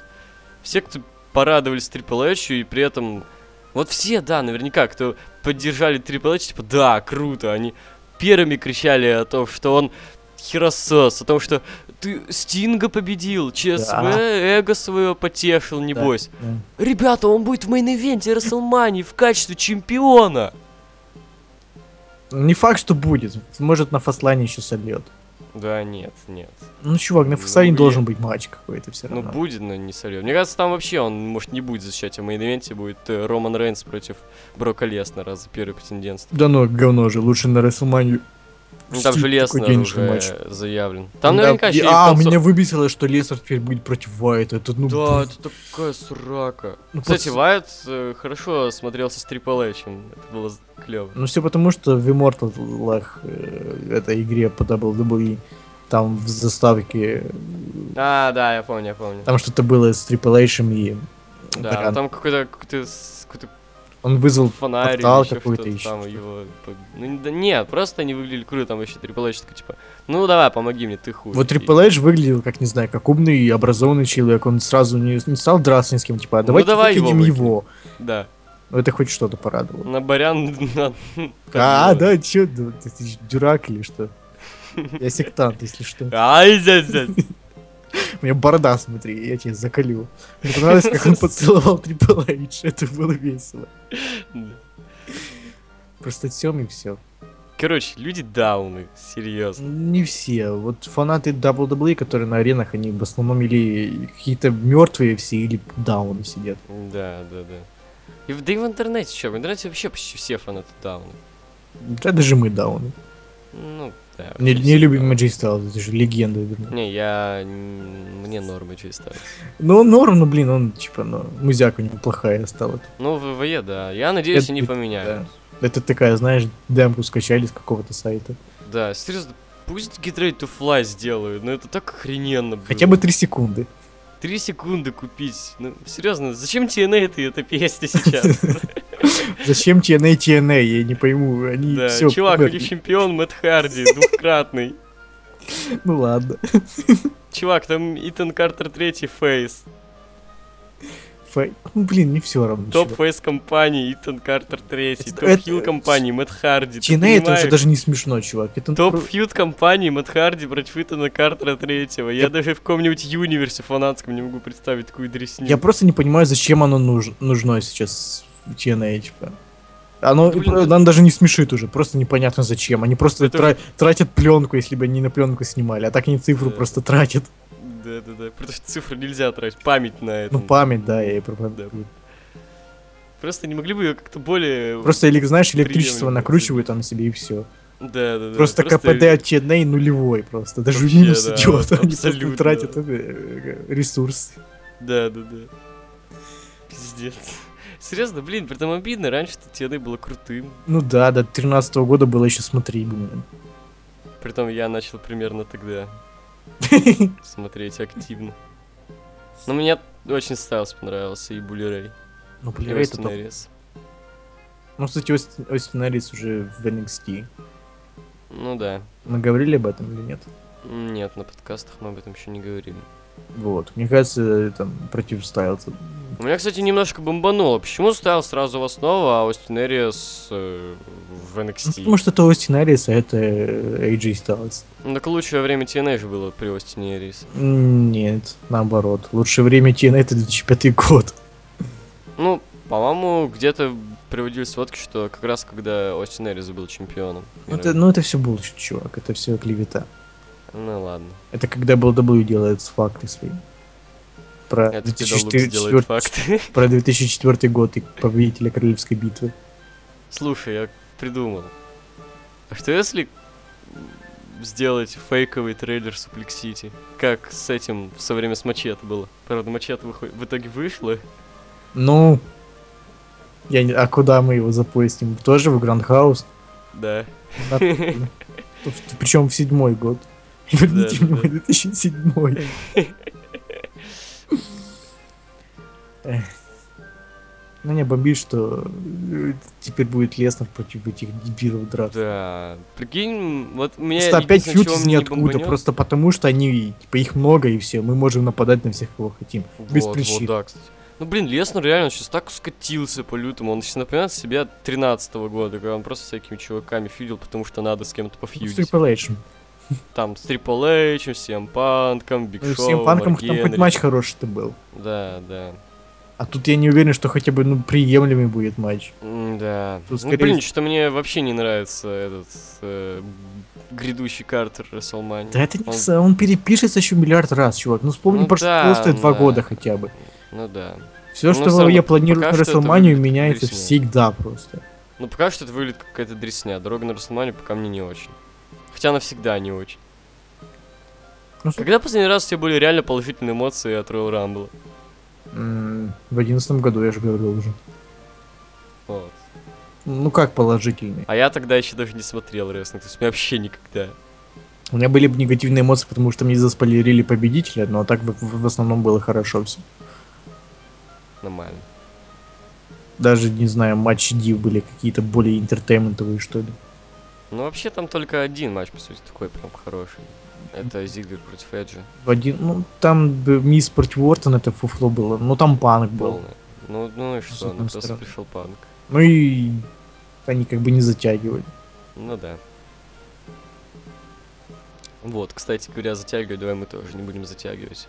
[SPEAKER 1] Все, кто порадовались Triple H и при этом... Вот все, да, наверняка, кто поддержали Triple H, типа, да, круто, они первыми кричали о том, что он херосос, о том, что ты Стинга победил, ЧСВ,
[SPEAKER 2] Да.
[SPEAKER 1] эго свое потешил, небось.
[SPEAKER 2] Да.
[SPEAKER 1] Ребята, он будет в мейн-ивенте Расселмании в качестве чемпиона.
[SPEAKER 2] Не факт, что будет. Может, на фастлайне еще сольет.
[SPEAKER 1] Да, нет, нет.
[SPEAKER 2] Ну, чувак, на
[SPEAKER 1] Ну,
[SPEAKER 2] фастлайне
[SPEAKER 1] блин.
[SPEAKER 2] должен быть матч какой-то все
[SPEAKER 1] Ну,
[SPEAKER 2] равно.
[SPEAKER 1] будет, но не сольет. Мне кажется, там вообще он, может, не будет защищать, а в мейн-ивенте будет э, Роман Рейнс против Брока Леснера за первое претендентство.
[SPEAKER 2] Да ну, говно же, лучше на Расселманию.
[SPEAKER 1] Ну, там же Леснер уже заявлен. Там
[SPEAKER 2] Да,
[SPEAKER 1] наверняка еще
[SPEAKER 2] и- А, *laughs* меня выбесило, что Леснер теперь будет против Вайта. Это, ну,
[SPEAKER 1] Да,
[SPEAKER 2] блин,
[SPEAKER 1] это такая срака.
[SPEAKER 2] ну,
[SPEAKER 1] Кстати,
[SPEAKER 2] пац-
[SPEAKER 1] Вайт э, хорошо смотрелся с Triple H. Это было клево.
[SPEAKER 2] Ну, все потому, что в Immortal э, этой игре по WWE там в заставке э,
[SPEAKER 1] А, да, я помню, я помню.
[SPEAKER 2] там что-то было с Triple H и
[SPEAKER 1] Да,
[SPEAKER 2] Бран.
[SPEAKER 1] там какой-то какой-то с- какой-то
[SPEAKER 2] он вызвал
[SPEAKER 1] фонарь
[SPEAKER 2] портал
[SPEAKER 1] или ещё
[SPEAKER 2] какой-то
[SPEAKER 1] что-то
[SPEAKER 2] ещё,
[SPEAKER 1] там
[SPEAKER 2] что-то.
[SPEAKER 1] его... по- Ну, не- да нет, просто они выглядели круто, там еще Triple H такой, типа, ну давай, помоги мне, ты хуй.
[SPEAKER 2] Вот
[SPEAKER 1] И-
[SPEAKER 2] Triple H выглядел, как, не знаю, как умный и образованный человек. Он сразу не, не стал драться ни с кем, типа, а
[SPEAKER 1] Ну,
[SPEAKER 2] давайте
[SPEAKER 1] давай его
[SPEAKER 2] выкинем
[SPEAKER 1] выкинем. Ну,
[SPEAKER 2] его.
[SPEAKER 1] Да.
[SPEAKER 2] Ну, это хоть что-то порадовало.
[SPEAKER 1] На барян... на-
[SPEAKER 2] А,
[SPEAKER 1] подумал.
[SPEAKER 2] да, чё, да, ты, ты ж дурак или что? Я сектант, если что.
[SPEAKER 1] Ай, зя, зя.
[SPEAKER 2] У меня борода, смотри, я тебя закалю. Мне понравилось, как он
[SPEAKER 1] *laughs*
[SPEAKER 2] поцеловал Triple H, это было весело. Просто тем и все.
[SPEAKER 1] Короче, люди дауны, серьезно.
[SPEAKER 2] Не все. Вот фанаты WWE, которые на аренах, они в основном или какие-то мертвые все, или дауны сидят.
[SPEAKER 1] Да, да, да. И в, да и в интернете что? В интернете вообще почти все фанаты дауны.
[SPEAKER 2] Да даже мы дауны.
[SPEAKER 1] Ну, да.
[SPEAKER 2] Не, не
[SPEAKER 1] вообще всегда.
[SPEAKER 2] любим Джей Стайлз, это же легенда. блин.
[SPEAKER 1] Не, я... н- Мне нормы чисто.
[SPEAKER 2] Ну, он норм, ну, блин, он, типа, ну, музяка у него плохая стала.
[SPEAKER 1] Ну, ВВЕ, да. Я надеюсь,
[SPEAKER 2] Это
[SPEAKER 1] они
[SPEAKER 2] будет,
[SPEAKER 1] поменяют.
[SPEAKER 2] Это такая, знаешь, демку скачали с какого-то сайта.
[SPEAKER 1] Да, серьезно, пусть Get Ready to Fly сделают, но это так охрененно было.
[SPEAKER 2] Хотя бы 3 секунды.
[SPEAKER 1] Три секунды купить. Ну, серьезно, зачем TNA это эта песня сейчас?
[SPEAKER 2] Зачем TNA, TNA, я не пойму, они
[SPEAKER 1] Да,
[SPEAKER 2] все...
[SPEAKER 1] чувак, у них чемпион Мэтт Харди, двухкратный.
[SPEAKER 2] Ну ладно.
[SPEAKER 1] Чувак, там Итан Картер третий фейс.
[SPEAKER 2] Фай- Ну, блин, не все равно.
[SPEAKER 1] Топ
[SPEAKER 2] чувак.
[SPEAKER 1] фейс компании Итан Картер третий.
[SPEAKER 2] Это-
[SPEAKER 1] Топ
[SPEAKER 2] это-
[SPEAKER 1] хил компании Мэтт Харди. ты
[SPEAKER 2] TNA это уже
[SPEAKER 1] понимаешь?
[SPEAKER 2] даже не смешно, чувак. Это ну,
[SPEAKER 1] Топ
[SPEAKER 2] про-
[SPEAKER 1] фьюд компании Мэтт Харди против Итана Картера третьего. Я
[SPEAKER 2] Я-
[SPEAKER 1] даже в каком-нибудь юниверсе фанатском не могу представить такую дресню.
[SPEAKER 2] Я просто не понимаю, зачем оно нуж- нужно сейчас в TNA, типа. Оно,
[SPEAKER 1] Блин,
[SPEAKER 2] оно
[SPEAKER 1] это-
[SPEAKER 2] даже не смешит уже, просто непонятно зачем. Они просто
[SPEAKER 1] Это
[SPEAKER 2] тра- тратят пленку, если бы они на пленку снимали, а так они цифру
[SPEAKER 1] Да.
[SPEAKER 2] просто тратят.
[SPEAKER 1] Да, да, да. Потому что цифры нельзя тратить. Память на это.
[SPEAKER 2] Ну, память, да, я и пропа-
[SPEAKER 1] Да. Просто не могли бы ее как-то более.
[SPEAKER 2] Просто, или, знаешь, электричество
[SPEAKER 1] Приемлемо,
[SPEAKER 2] накручивают там себе и все.
[SPEAKER 1] Да, да, да.
[SPEAKER 2] просто, КПД от TNA нулевой просто, даже в
[SPEAKER 1] Вообще,
[SPEAKER 2] минус
[SPEAKER 1] да,
[SPEAKER 2] идет. Они
[SPEAKER 1] абсолютно.
[SPEAKER 2] просто тратят э, э, ресурс.
[SPEAKER 1] Да, да, да. Пиздец. Серьезно, блин, при этом обидно, раньше-то TNA было крутым.
[SPEAKER 2] Ну да, до 13 года было еще смотри, блин.
[SPEAKER 1] Притом я начал
[SPEAKER 2] *laughs*
[SPEAKER 1] примерно тогда смотреть активно. Но мне очень Стайлс понравился и Булли Рэй.
[SPEAKER 2] Ну,
[SPEAKER 1] И
[SPEAKER 2] блин, это
[SPEAKER 1] Остин
[SPEAKER 2] топ.
[SPEAKER 1] Эрис.
[SPEAKER 2] Ну, кстати, Остин Остин Эрис уже в NXT.
[SPEAKER 1] Ну да.
[SPEAKER 2] Мы говорили об этом или нет?
[SPEAKER 1] Нет, на подкастах мы об этом еще не говорили.
[SPEAKER 2] Вот. Мне кажется, там против Стайлза.
[SPEAKER 1] У меня, кстати, немножко бомбануло. Почему Стайл сразу в основу, а Остин Эрис э, в
[SPEAKER 2] Ну,
[SPEAKER 1] NXT?
[SPEAKER 2] потому что это Остин Эрис, а это э, AJ Styles.
[SPEAKER 1] Ну, так лучшее время TNA же было при Остине Эрисе.
[SPEAKER 2] М, Нет, наоборот. Лучшее время TNA это 2005 год.
[SPEAKER 1] Ну, по-моему, где-то приводили сводки, что как раз когда Остин Эрис был чемпионом.
[SPEAKER 2] Ну это, ну, это все булочит, чувак. Это все клевета.
[SPEAKER 1] Ну ладно.
[SPEAKER 2] Это когда BLW делает с факт, если... Про,
[SPEAKER 1] Это тебе Лукс
[SPEAKER 2] 2004,
[SPEAKER 1] делает факт.
[SPEAKER 2] про 2004 год и победителя Королевской битвы.
[SPEAKER 1] *laughs* Слушай, я придумал. А что если сделать фейковый трейлер Суплекс Сити? Как с этим все время с Мачете было. Правда, Мачете выхо- в итоге вышло.
[SPEAKER 2] Ну... Я не... А куда мы его запостим? Тоже в Гранд Хаус?
[SPEAKER 1] Да.
[SPEAKER 2] Причем Ну, в седьмой год. Верните
[SPEAKER 1] *laughs* да,
[SPEAKER 2] мне
[SPEAKER 1] да.
[SPEAKER 2] мой 2007. Эх. Меня бомбит, что э, теперь будет Леснер против этих дебилов драться.
[SPEAKER 1] Да. Прикинь, вот меня...
[SPEAKER 2] Просто опять
[SPEAKER 1] единственное,
[SPEAKER 2] фьюд
[SPEAKER 1] чего
[SPEAKER 2] из
[SPEAKER 1] мне не
[SPEAKER 2] ниоткуда,
[SPEAKER 1] бомбанет-
[SPEAKER 2] просто потому что они, типа, их много и все, мы можем нападать на всех, кого хотим. Без
[SPEAKER 1] вот,
[SPEAKER 2] причин.
[SPEAKER 1] Вот, да, кстати. Ну, блин, Леснер реально сейчас так скатился по-лютому. Он сейчас напоминает себя 13 года, когда он просто с всякими чуваками фьюдил, потому что надо с кем-то
[SPEAKER 2] С
[SPEAKER 1] пофьюдить.
[SPEAKER 2] Ну, Triple H.
[SPEAKER 1] Там с Triple H, CM Панком, Биг
[SPEAKER 2] Ну,
[SPEAKER 1] Шоу,
[SPEAKER 2] Всем панкам
[SPEAKER 1] Марк
[SPEAKER 2] там хоть
[SPEAKER 1] Генри.
[SPEAKER 2] матч хороший-то был.
[SPEAKER 1] Да, да.
[SPEAKER 2] А тут я не уверен, что хотя бы, ну, приемлемый будет матч.
[SPEAKER 1] М, Да.
[SPEAKER 2] Тут
[SPEAKER 1] ну,
[SPEAKER 2] скорее
[SPEAKER 1] блин,
[SPEAKER 2] с-
[SPEAKER 1] что-то мне вообще не нравится этот э, грядущий картер Расселмани.
[SPEAKER 2] Да это не
[SPEAKER 1] Ну, Он-
[SPEAKER 2] са- он перепишется еще миллиард раз, чувак. Ну вспомни
[SPEAKER 1] Ну
[SPEAKER 2] просто
[SPEAKER 1] да,
[SPEAKER 2] просто два
[SPEAKER 1] да.
[SPEAKER 2] года хотя бы.
[SPEAKER 1] Ну да.
[SPEAKER 2] Все,
[SPEAKER 1] Ну,
[SPEAKER 2] что
[SPEAKER 1] всё равно,
[SPEAKER 2] я планирую
[SPEAKER 1] пока
[SPEAKER 2] на
[SPEAKER 1] что это
[SPEAKER 2] Расселманию,
[SPEAKER 1] выглядит
[SPEAKER 2] меняется
[SPEAKER 1] весело.
[SPEAKER 2] всегда просто.
[SPEAKER 1] Ну пока что это выглядит как какая-то дресня. Дорога на Расселманию пока мне не очень. Хотя она всегда не очень.
[SPEAKER 2] Ну, с-
[SPEAKER 1] Когда последний раз у тебя были реально положительные эмоции от Royal Rumble?
[SPEAKER 2] м, в одиннадцатом году, я же говорил уже.
[SPEAKER 1] Вот.
[SPEAKER 2] Ну как положительный.
[SPEAKER 1] А я тогда еще даже не смотрел рестлинг, то есть у меня вообще никогда.
[SPEAKER 2] У меня были бы негативные эмоции, потому что мне заспойлерили победителя, но так в, в- в основном было хорошо все.
[SPEAKER 1] Нормально.
[SPEAKER 2] Даже, не знаю, матчи Див были какие-то более интертейментовые, что ли.
[SPEAKER 1] Ну вообще там только один матч, по сути, такой прям хороший. Это Зиглер против Эджи.
[SPEAKER 2] В один, ну, там б- Мисс против Уортон это фуфло было, ну там панк был.
[SPEAKER 1] Полный. Ну, ну и что, ну
[SPEAKER 2] одной
[SPEAKER 1] просто
[SPEAKER 2] стороны.
[SPEAKER 1] пришел панк.
[SPEAKER 2] Ну и они как бы не затягивали.
[SPEAKER 1] Ну да. Вот, кстати говоря, затягивать, давай мы тоже не будем затягивать.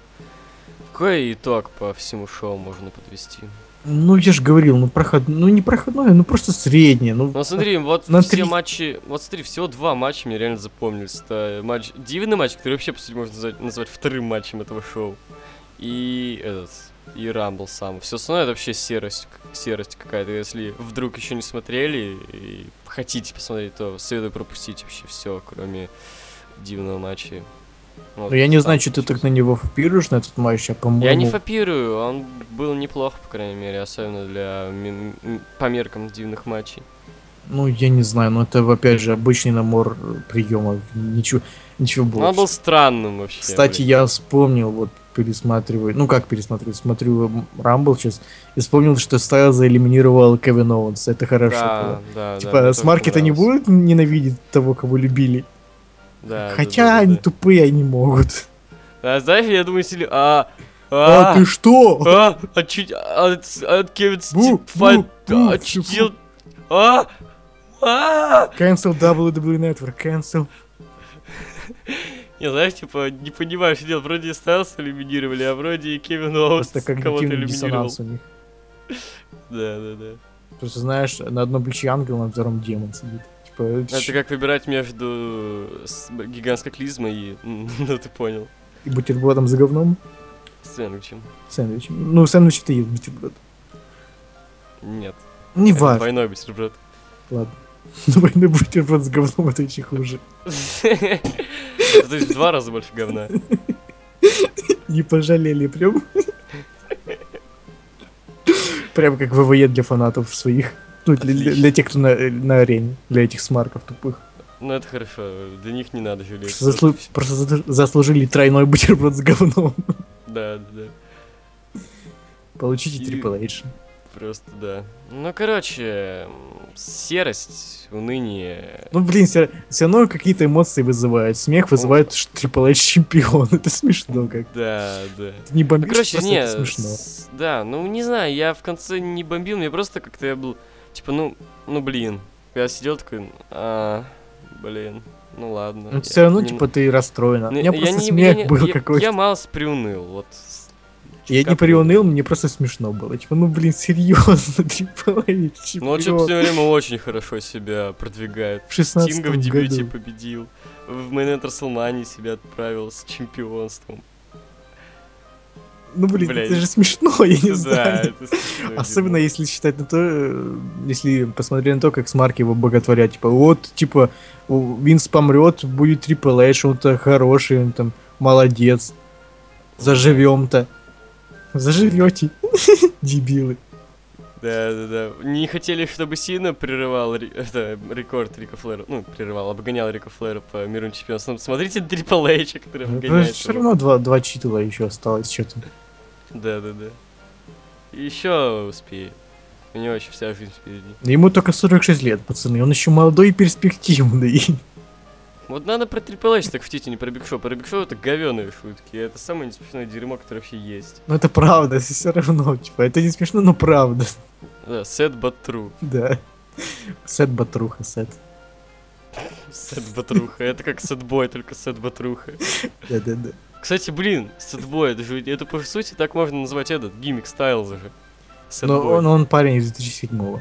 [SPEAKER 1] Какой итог по всему шоу можно подвести?
[SPEAKER 2] Ну я же говорил, ну проход, ну не проходное, ну просто среднее, ну
[SPEAKER 1] Ну смотри, вот
[SPEAKER 2] На
[SPEAKER 1] все
[SPEAKER 2] три-
[SPEAKER 1] матчи, вот смотри, всего два матча мне реально запомнились. Это матч, дивный матч, который вообще, по сути, можно назвать, назвать вторым матчем этого шоу. И этот, и Рамбл сам. Все остальное это вообще серость, к- серость какая-то. Если вдруг еще не смотрели и хотите посмотреть, то советую пропустить вообще все, кроме дивного матча. Вот
[SPEAKER 2] Ну, я не
[SPEAKER 1] там
[SPEAKER 2] знаю, что ты так на него фопируешь, на этот матч, а по-моему...
[SPEAKER 1] я не фопирую, он был неплох, по крайней мере, особенно для ми- м- по меркам дивных матчей.
[SPEAKER 2] Ну, я не знаю, но это, опять же, обычный набор приемов. Ничего, ничего
[SPEAKER 1] Ну, он
[SPEAKER 2] было.
[SPEAKER 1] был странным вообще.
[SPEAKER 2] Кстати,
[SPEAKER 1] блин.
[SPEAKER 2] я вспомнил, вот пересматриваю, ну как пересматриваю, смотрю Рамбл сейчас, и вспомнил, что Стайлза элиминировал Кевин Оуэнс, это хорошо
[SPEAKER 1] Да,
[SPEAKER 2] было.
[SPEAKER 1] да, да,
[SPEAKER 2] Типа,
[SPEAKER 1] мне
[SPEAKER 2] с
[SPEAKER 1] тоже
[SPEAKER 2] маркета не
[SPEAKER 1] понравилось.
[SPEAKER 2] будут ненавидеть того, кого любили.
[SPEAKER 1] Да, да,
[SPEAKER 2] Хотя
[SPEAKER 1] да, да,
[SPEAKER 2] они
[SPEAKER 1] да.
[SPEAKER 2] тупые, они могут.
[SPEAKER 1] А знаешь, я думаю, если... А,
[SPEAKER 2] А,
[SPEAKER 1] а,
[SPEAKER 2] ты что?
[SPEAKER 1] а, а, чуть- а, от- от Кевин
[SPEAKER 2] Бу,
[SPEAKER 1] Стит- Фа-
[SPEAKER 2] бу, бу,
[SPEAKER 1] а, чуть дел- а, а.
[SPEAKER 2] Cancel WWE Network, cancel.
[SPEAKER 1] Я, знаешь, типа, не понимаю, что делать. Вроде и Стайлса элиминировали, а вроде и Кевин Оуэнс
[SPEAKER 2] Просто
[SPEAKER 1] кого-то
[SPEAKER 2] когнитивный
[SPEAKER 1] элиминировал.
[SPEAKER 2] диссонанс у них.
[SPEAKER 1] Да, да, да.
[SPEAKER 2] Просто знаешь, на одном плече ангел, на втором демон сидит. Типа, это
[SPEAKER 1] Это
[SPEAKER 2] ж-
[SPEAKER 1] как выбирать между с- гигантской клизмой и... *laughs* Ну, ты понял.
[SPEAKER 2] и бутербродом за говном,
[SPEAKER 1] Сэндвичем.
[SPEAKER 2] сэндвичем. Ну, сэндвич ты есть бутерброд.
[SPEAKER 1] Нет.
[SPEAKER 2] Не
[SPEAKER 1] это
[SPEAKER 2] важно.
[SPEAKER 1] Двойной бутерброд.
[SPEAKER 2] Ладно. Двойной бутерброд с говном это еще хуже.
[SPEAKER 1] *laughs* Это, То есть в два раза больше говна.
[SPEAKER 2] Не пожалели прям. Прям как ВВЕ для фанатов своих. Ну, для, для- для тех, кто на, на арене. Для этих смарков тупых.
[SPEAKER 1] Ну это хорошо, для них не надо жалеть.
[SPEAKER 2] Просто, заслу- просто зада- заслужили тройной бутерброд с говном.
[SPEAKER 1] Да, да, да.
[SPEAKER 2] Получите
[SPEAKER 1] И-
[SPEAKER 2] Triple H.
[SPEAKER 1] Просто да. Ну, короче, м, серость, уныние.
[SPEAKER 2] Ну, блин, все, равно какие-то эмоции вызывают. Смех вызывает, что Triple H чемпион. *laughs* Это смешно как.
[SPEAKER 1] Да, да.
[SPEAKER 2] Ты не
[SPEAKER 1] Ну,
[SPEAKER 2] бомбишь,
[SPEAKER 1] короче,
[SPEAKER 2] просто
[SPEAKER 1] не,
[SPEAKER 2] это смешно.
[SPEAKER 1] с- да, ну не знаю, я в конце не бомбил, мне просто как-то я был, типа, ну, ну блин, я сидел такой, а, блин, ну ладно.
[SPEAKER 2] Ну,
[SPEAKER 1] я
[SPEAKER 2] все равно,
[SPEAKER 1] не-
[SPEAKER 2] типа, ты расстроена. У
[SPEAKER 1] не-
[SPEAKER 2] меня
[SPEAKER 1] я
[SPEAKER 2] просто
[SPEAKER 1] не-
[SPEAKER 2] смех
[SPEAKER 1] я не-
[SPEAKER 2] был
[SPEAKER 1] я-
[SPEAKER 2] какой-то.
[SPEAKER 1] Я мало приуныл, вот. с-
[SPEAKER 2] Я не
[SPEAKER 1] чутка
[SPEAKER 2] приуныл, мне просто смешно было. Типа, ну блин, *laughs* серьезно, Triple H
[SPEAKER 1] Ну, он
[SPEAKER 2] чемпион
[SPEAKER 1] все время очень хорошо себя продвигает.
[SPEAKER 2] в 16
[SPEAKER 1] Стинга в дебюте
[SPEAKER 2] году.
[SPEAKER 1] победил. В Мейн Расселмане себя отправил с чемпионством.
[SPEAKER 2] Ну блин,
[SPEAKER 1] Блядь.
[SPEAKER 2] это же смешно, *laughs* я *laughs* не
[SPEAKER 1] Ну Да,
[SPEAKER 2] знаю.
[SPEAKER 1] это смешно,
[SPEAKER 2] Особенно
[SPEAKER 1] Дима.
[SPEAKER 2] если считать на то, э, если посмотреть на то, как Смарк его боготворят, типа, вот, типа, у- Винс помрет, будет Triple H, он-то хороший, он там молодец, заживем-то, заживете, *laughs* дебилы.
[SPEAKER 1] Да, да, да. Не хотели, чтобы Сина прерывал ре- это, рекорд Рика Флэра. Ну, прерывал, обгонял Рика Флэра по мирным чемпионствам. Смотрите Трипл Эйча, который
[SPEAKER 2] Ну,
[SPEAKER 1] обгоняет
[SPEAKER 2] Все
[SPEAKER 1] его.
[SPEAKER 2] равно два, два титула еще осталось, что-то.
[SPEAKER 1] Да, да, да. Еще успеет. У него еще вся жизнь впереди.
[SPEAKER 2] Ему только 46 лет, пацаны, он еще молодой и перспективный. *laughs*
[SPEAKER 1] Вот надо про Трипл Эйч так втите, не про Биг Шоу. Про Биг Шоу это говёные шутки. Это самое не смешное дерьмо, которое вообще есть.
[SPEAKER 2] Ну это правда, все равно, типа, это не смешно, но правда, *laughs*
[SPEAKER 1] Да, Сет Батру.
[SPEAKER 2] да. Сет Батруха, Сет.
[SPEAKER 1] Сет Батруха. Это как Сетбой, только Сет Батруха.
[SPEAKER 2] Да-да-да.
[SPEAKER 1] Кстати, блин, Сетбой, это же, это по сути так можно назвать этот, гиммик Стайлза же.
[SPEAKER 2] Но
[SPEAKER 1] Сэдбой.
[SPEAKER 2] он, он парень из 2007-го. а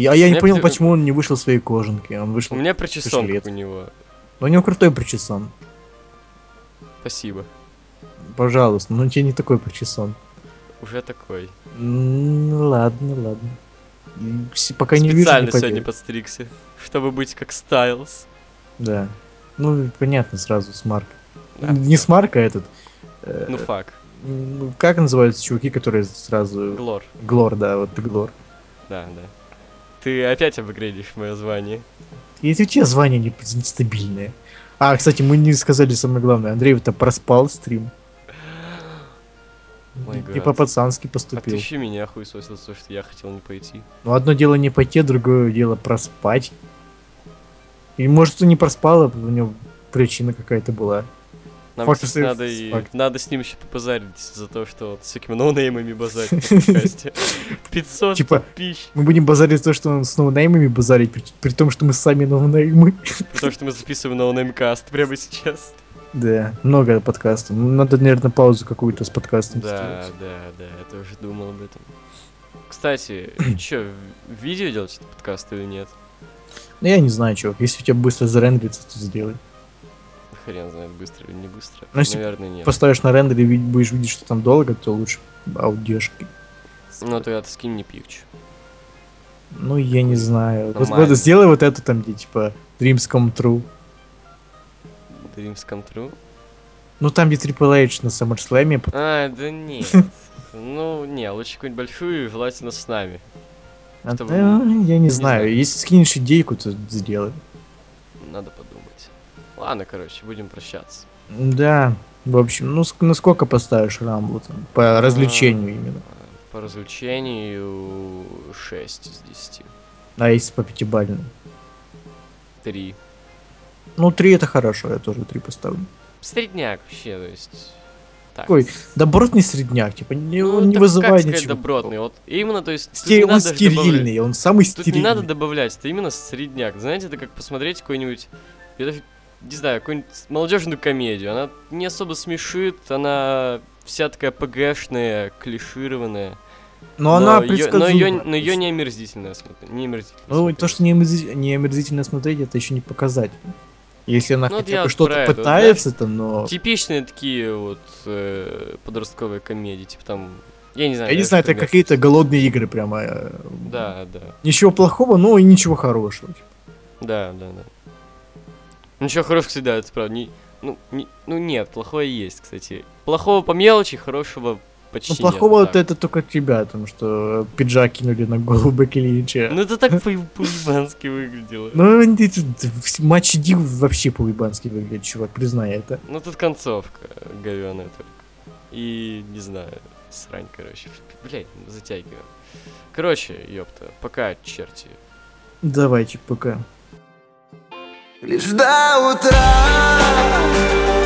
[SPEAKER 2] Я, я не
[SPEAKER 1] Мне
[SPEAKER 2] понял,
[SPEAKER 1] при-
[SPEAKER 2] почему он не вышел в своей кожанке. Он вышел...
[SPEAKER 1] У меня причесон
[SPEAKER 2] Пистолет.
[SPEAKER 1] как у него.
[SPEAKER 2] Ну, у него крутой причесон.
[SPEAKER 1] Спасибо.
[SPEAKER 2] Пожалуйста, но у тебя не такой причесон.
[SPEAKER 1] Уже такой.
[SPEAKER 2] М, Ну, ладно, ладно. М, с- Пока не вижу,
[SPEAKER 1] Специально
[SPEAKER 2] не поверю.
[SPEAKER 1] сегодня подстригся, чтобы быть как Стайлз.
[SPEAKER 2] Да. Ну, понятно сразу, Смарк.
[SPEAKER 1] Да.
[SPEAKER 2] Не Смарк, а этот... э,
[SPEAKER 1] Ну фак.
[SPEAKER 2] м, как называются чуваки, которые сразу...
[SPEAKER 1] Глор.
[SPEAKER 2] Глор, да, вот Глор.
[SPEAKER 1] Да, да. Ты опять обыгрейдишь мое звание.
[SPEAKER 2] Если у тебя звание не- нестабильное. А, кстати, мы не сказали самое главное. Андрей это проспал стрим.
[SPEAKER 1] Мой
[SPEAKER 2] И
[SPEAKER 1] гад.
[SPEAKER 2] по-пацански поступил.
[SPEAKER 1] Отыщи меня, хуй свой, за то, что я хотел не пойти.
[SPEAKER 2] Но одно дело не пойти, а другое дело проспать. И может, он не проспал, а у него причина какая-то была.
[SPEAKER 1] Нам
[SPEAKER 2] Факт
[SPEAKER 1] кстати,
[SPEAKER 2] остаётся
[SPEAKER 1] надо, и...
[SPEAKER 2] факт.
[SPEAKER 1] надо с ним еще попозарить за то, что он с всякими ноунеймами базарит на
[SPEAKER 2] *laughs*
[SPEAKER 1] подкасте. 500
[SPEAKER 2] Типа-
[SPEAKER 1] подписчиков.
[SPEAKER 2] Мы будем базарить то, что он с ноунеймами базарить, при, при том, что мы сами ноунеймы. *laughs*
[SPEAKER 1] Потому что мы записываем ноунеймкаст прямо сейчас.
[SPEAKER 2] Да, много подкастов. Ну, Надо, наверное, паузу какую-то с подкастом
[SPEAKER 1] Да,
[SPEAKER 2] сделать.
[SPEAKER 1] да, да, я тоже думал об этом.
[SPEAKER 2] *clears throat*
[SPEAKER 1] Кстати, что, видео делать этот подкаст или нет?
[SPEAKER 2] Ну, я не знаю, чувак. Если у тебя быстро зарендерится, то сделай.
[SPEAKER 1] Хрен знает, быстро или не быстро.
[SPEAKER 2] Ну, если
[SPEAKER 1] Наверное, нет.
[SPEAKER 2] Поставишь на рендере, ви- будешь видеть, что там долго, то лучше аудешки.
[SPEAKER 1] Ну, тогда ты скинь мне пикчу.
[SPEAKER 2] Ну, я не знаю. Вот,
[SPEAKER 1] Нормально.
[SPEAKER 2] вот сделай вот это там, где, типа, Dreams Come True.
[SPEAKER 1] Dreams come true.
[SPEAKER 2] Ну, там, где Triple H на SummerSlam, пот-
[SPEAKER 1] А,
[SPEAKER 2] *laughs*
[SPEAKER 1] да нет. Ну, не, лучше какую-нибудь большую и желательно с нами.
[SPEAKER 2] а,
[SPEAKER 1] чтобы-
[SPEAKER 2] да, я не
[SPEAKER 1] не
[SPEAKER 2] знаю.
[SPEAKER 1] знаю.
[SPEAKER 2] Если скинешь идейку, то сделай.
[SPEAKER 1] Надо подумать. Ладно, короче, будем прощаться.
[SPEAKER 2] Да, в общем, ну, ск- ну сколько поставишь рамбу там? По развлечению
[SPEAKER 1] А.
[SPEAKER 2] именно.
[SPEAKER 1] По развлечению 6 из 10.
[SPEAKER 2] А если по пятибалльному?
[SPEAKER 1] 3.
[SPEAKER 2] Ну, три это хорошо, я тоже три поставлю.
[SPEAKER 1] Средняк вообще, то есть... Так.
[SPEAKER 2] Такой добротный средняк, типа, не,
[SPEAKER 1] А Ну,
[SPEAKER 2] он не
[SPEAKER 1] так как
[SPEAKER 2] вызывает
[SPEAKER 1] сказать
[SPEAKER 2] ничего.
[SPEAKER 1] добротный, вот именно, то есть... тут
[SPEAKER 2] Сте-
[SPEAKER 1] не
[SPEAKER 2] он
[SPEAKER 1] надо же добавлять.
[SPEAKER 2] стерильный, он самый
[SPEAKER 1] Тут не
[SPEAKER 2] стерильный.
[SPEAKER 1] надо добавлять, это именно средняк. Знаете, это как посмотреть какой-нибудь, я даже не знаю, какую-нибудь молодежную комедию. Она не особо смешит, она вся такая ПГшная, клишированная.
[SPEAKER 2] но, она
[SPEAKER 1] её-
[SPEAKER 2] предсказуема.
[SPEAKER 1] но ее, но ее не омерзительно смотреть. Не омерзительно
[SPEAKER 2] Ну, то,
[SPEAKER 1] смотреть.
[SPEAKER 2] что не, омерзи- не омерзительно смотреть, это еще не показать. Если она
[SPEAKER 1] Ну, вот
[SPEAKER 2] хотя
[SPEAKER 1] я
[SPEAKER 2] бы
[SPEAKER 1] вот про
[SPEAKER 2] что-то
[SPEAKER 1] это, Типа,
[SPEAKER 2] пытается, то, но...
[SPEAKER 1] Типичные такие вот э, подростковые комедии, типа там, я не знаю.
[SPEAKER 2] Я не
[SPEAKER 1] даже
[SPEAKER 2] знаю, это
[SPEAKER 1] пример.
[SPEAKER 2] какие-то голодные игры прямо. э,
[SPEAKER 1] Да, да,
[SPEAKER 2] Ничего плохого, но и ничего хорошего. Типа, ну,
[SPEAKER 1] да, да, да. Ничего хорошего, кстати, да, это правда. Не, ну, не- ну нет, плохое есть, кстати. Плохого по мелочи, хорошего почти
[SPEAKER 2] Ну,
[SPEAKER 1] нет,
[SPEAKER 2] плохого
[SPEAKER 1] да.
[SPEAKER 2] вот это только от тебя, потому что пиджак кинули на голову Бекки Линча.
[SPEAKER 1] Ну это так по- по-ебански выглядело.
[SPEAKER 2] Ну, это- это- матч иди вообще по-уебански выглядит, чувак, признай это.
[SPEAKER 1] Ну тут концовка говёная только. И не знаю, срань, короче. Блять, затягиваем. Короче, ёпта, пока, черти.
[SPEAKER 2] типа, Давайте, пока.
[SPEAKER 4] Лишь до утра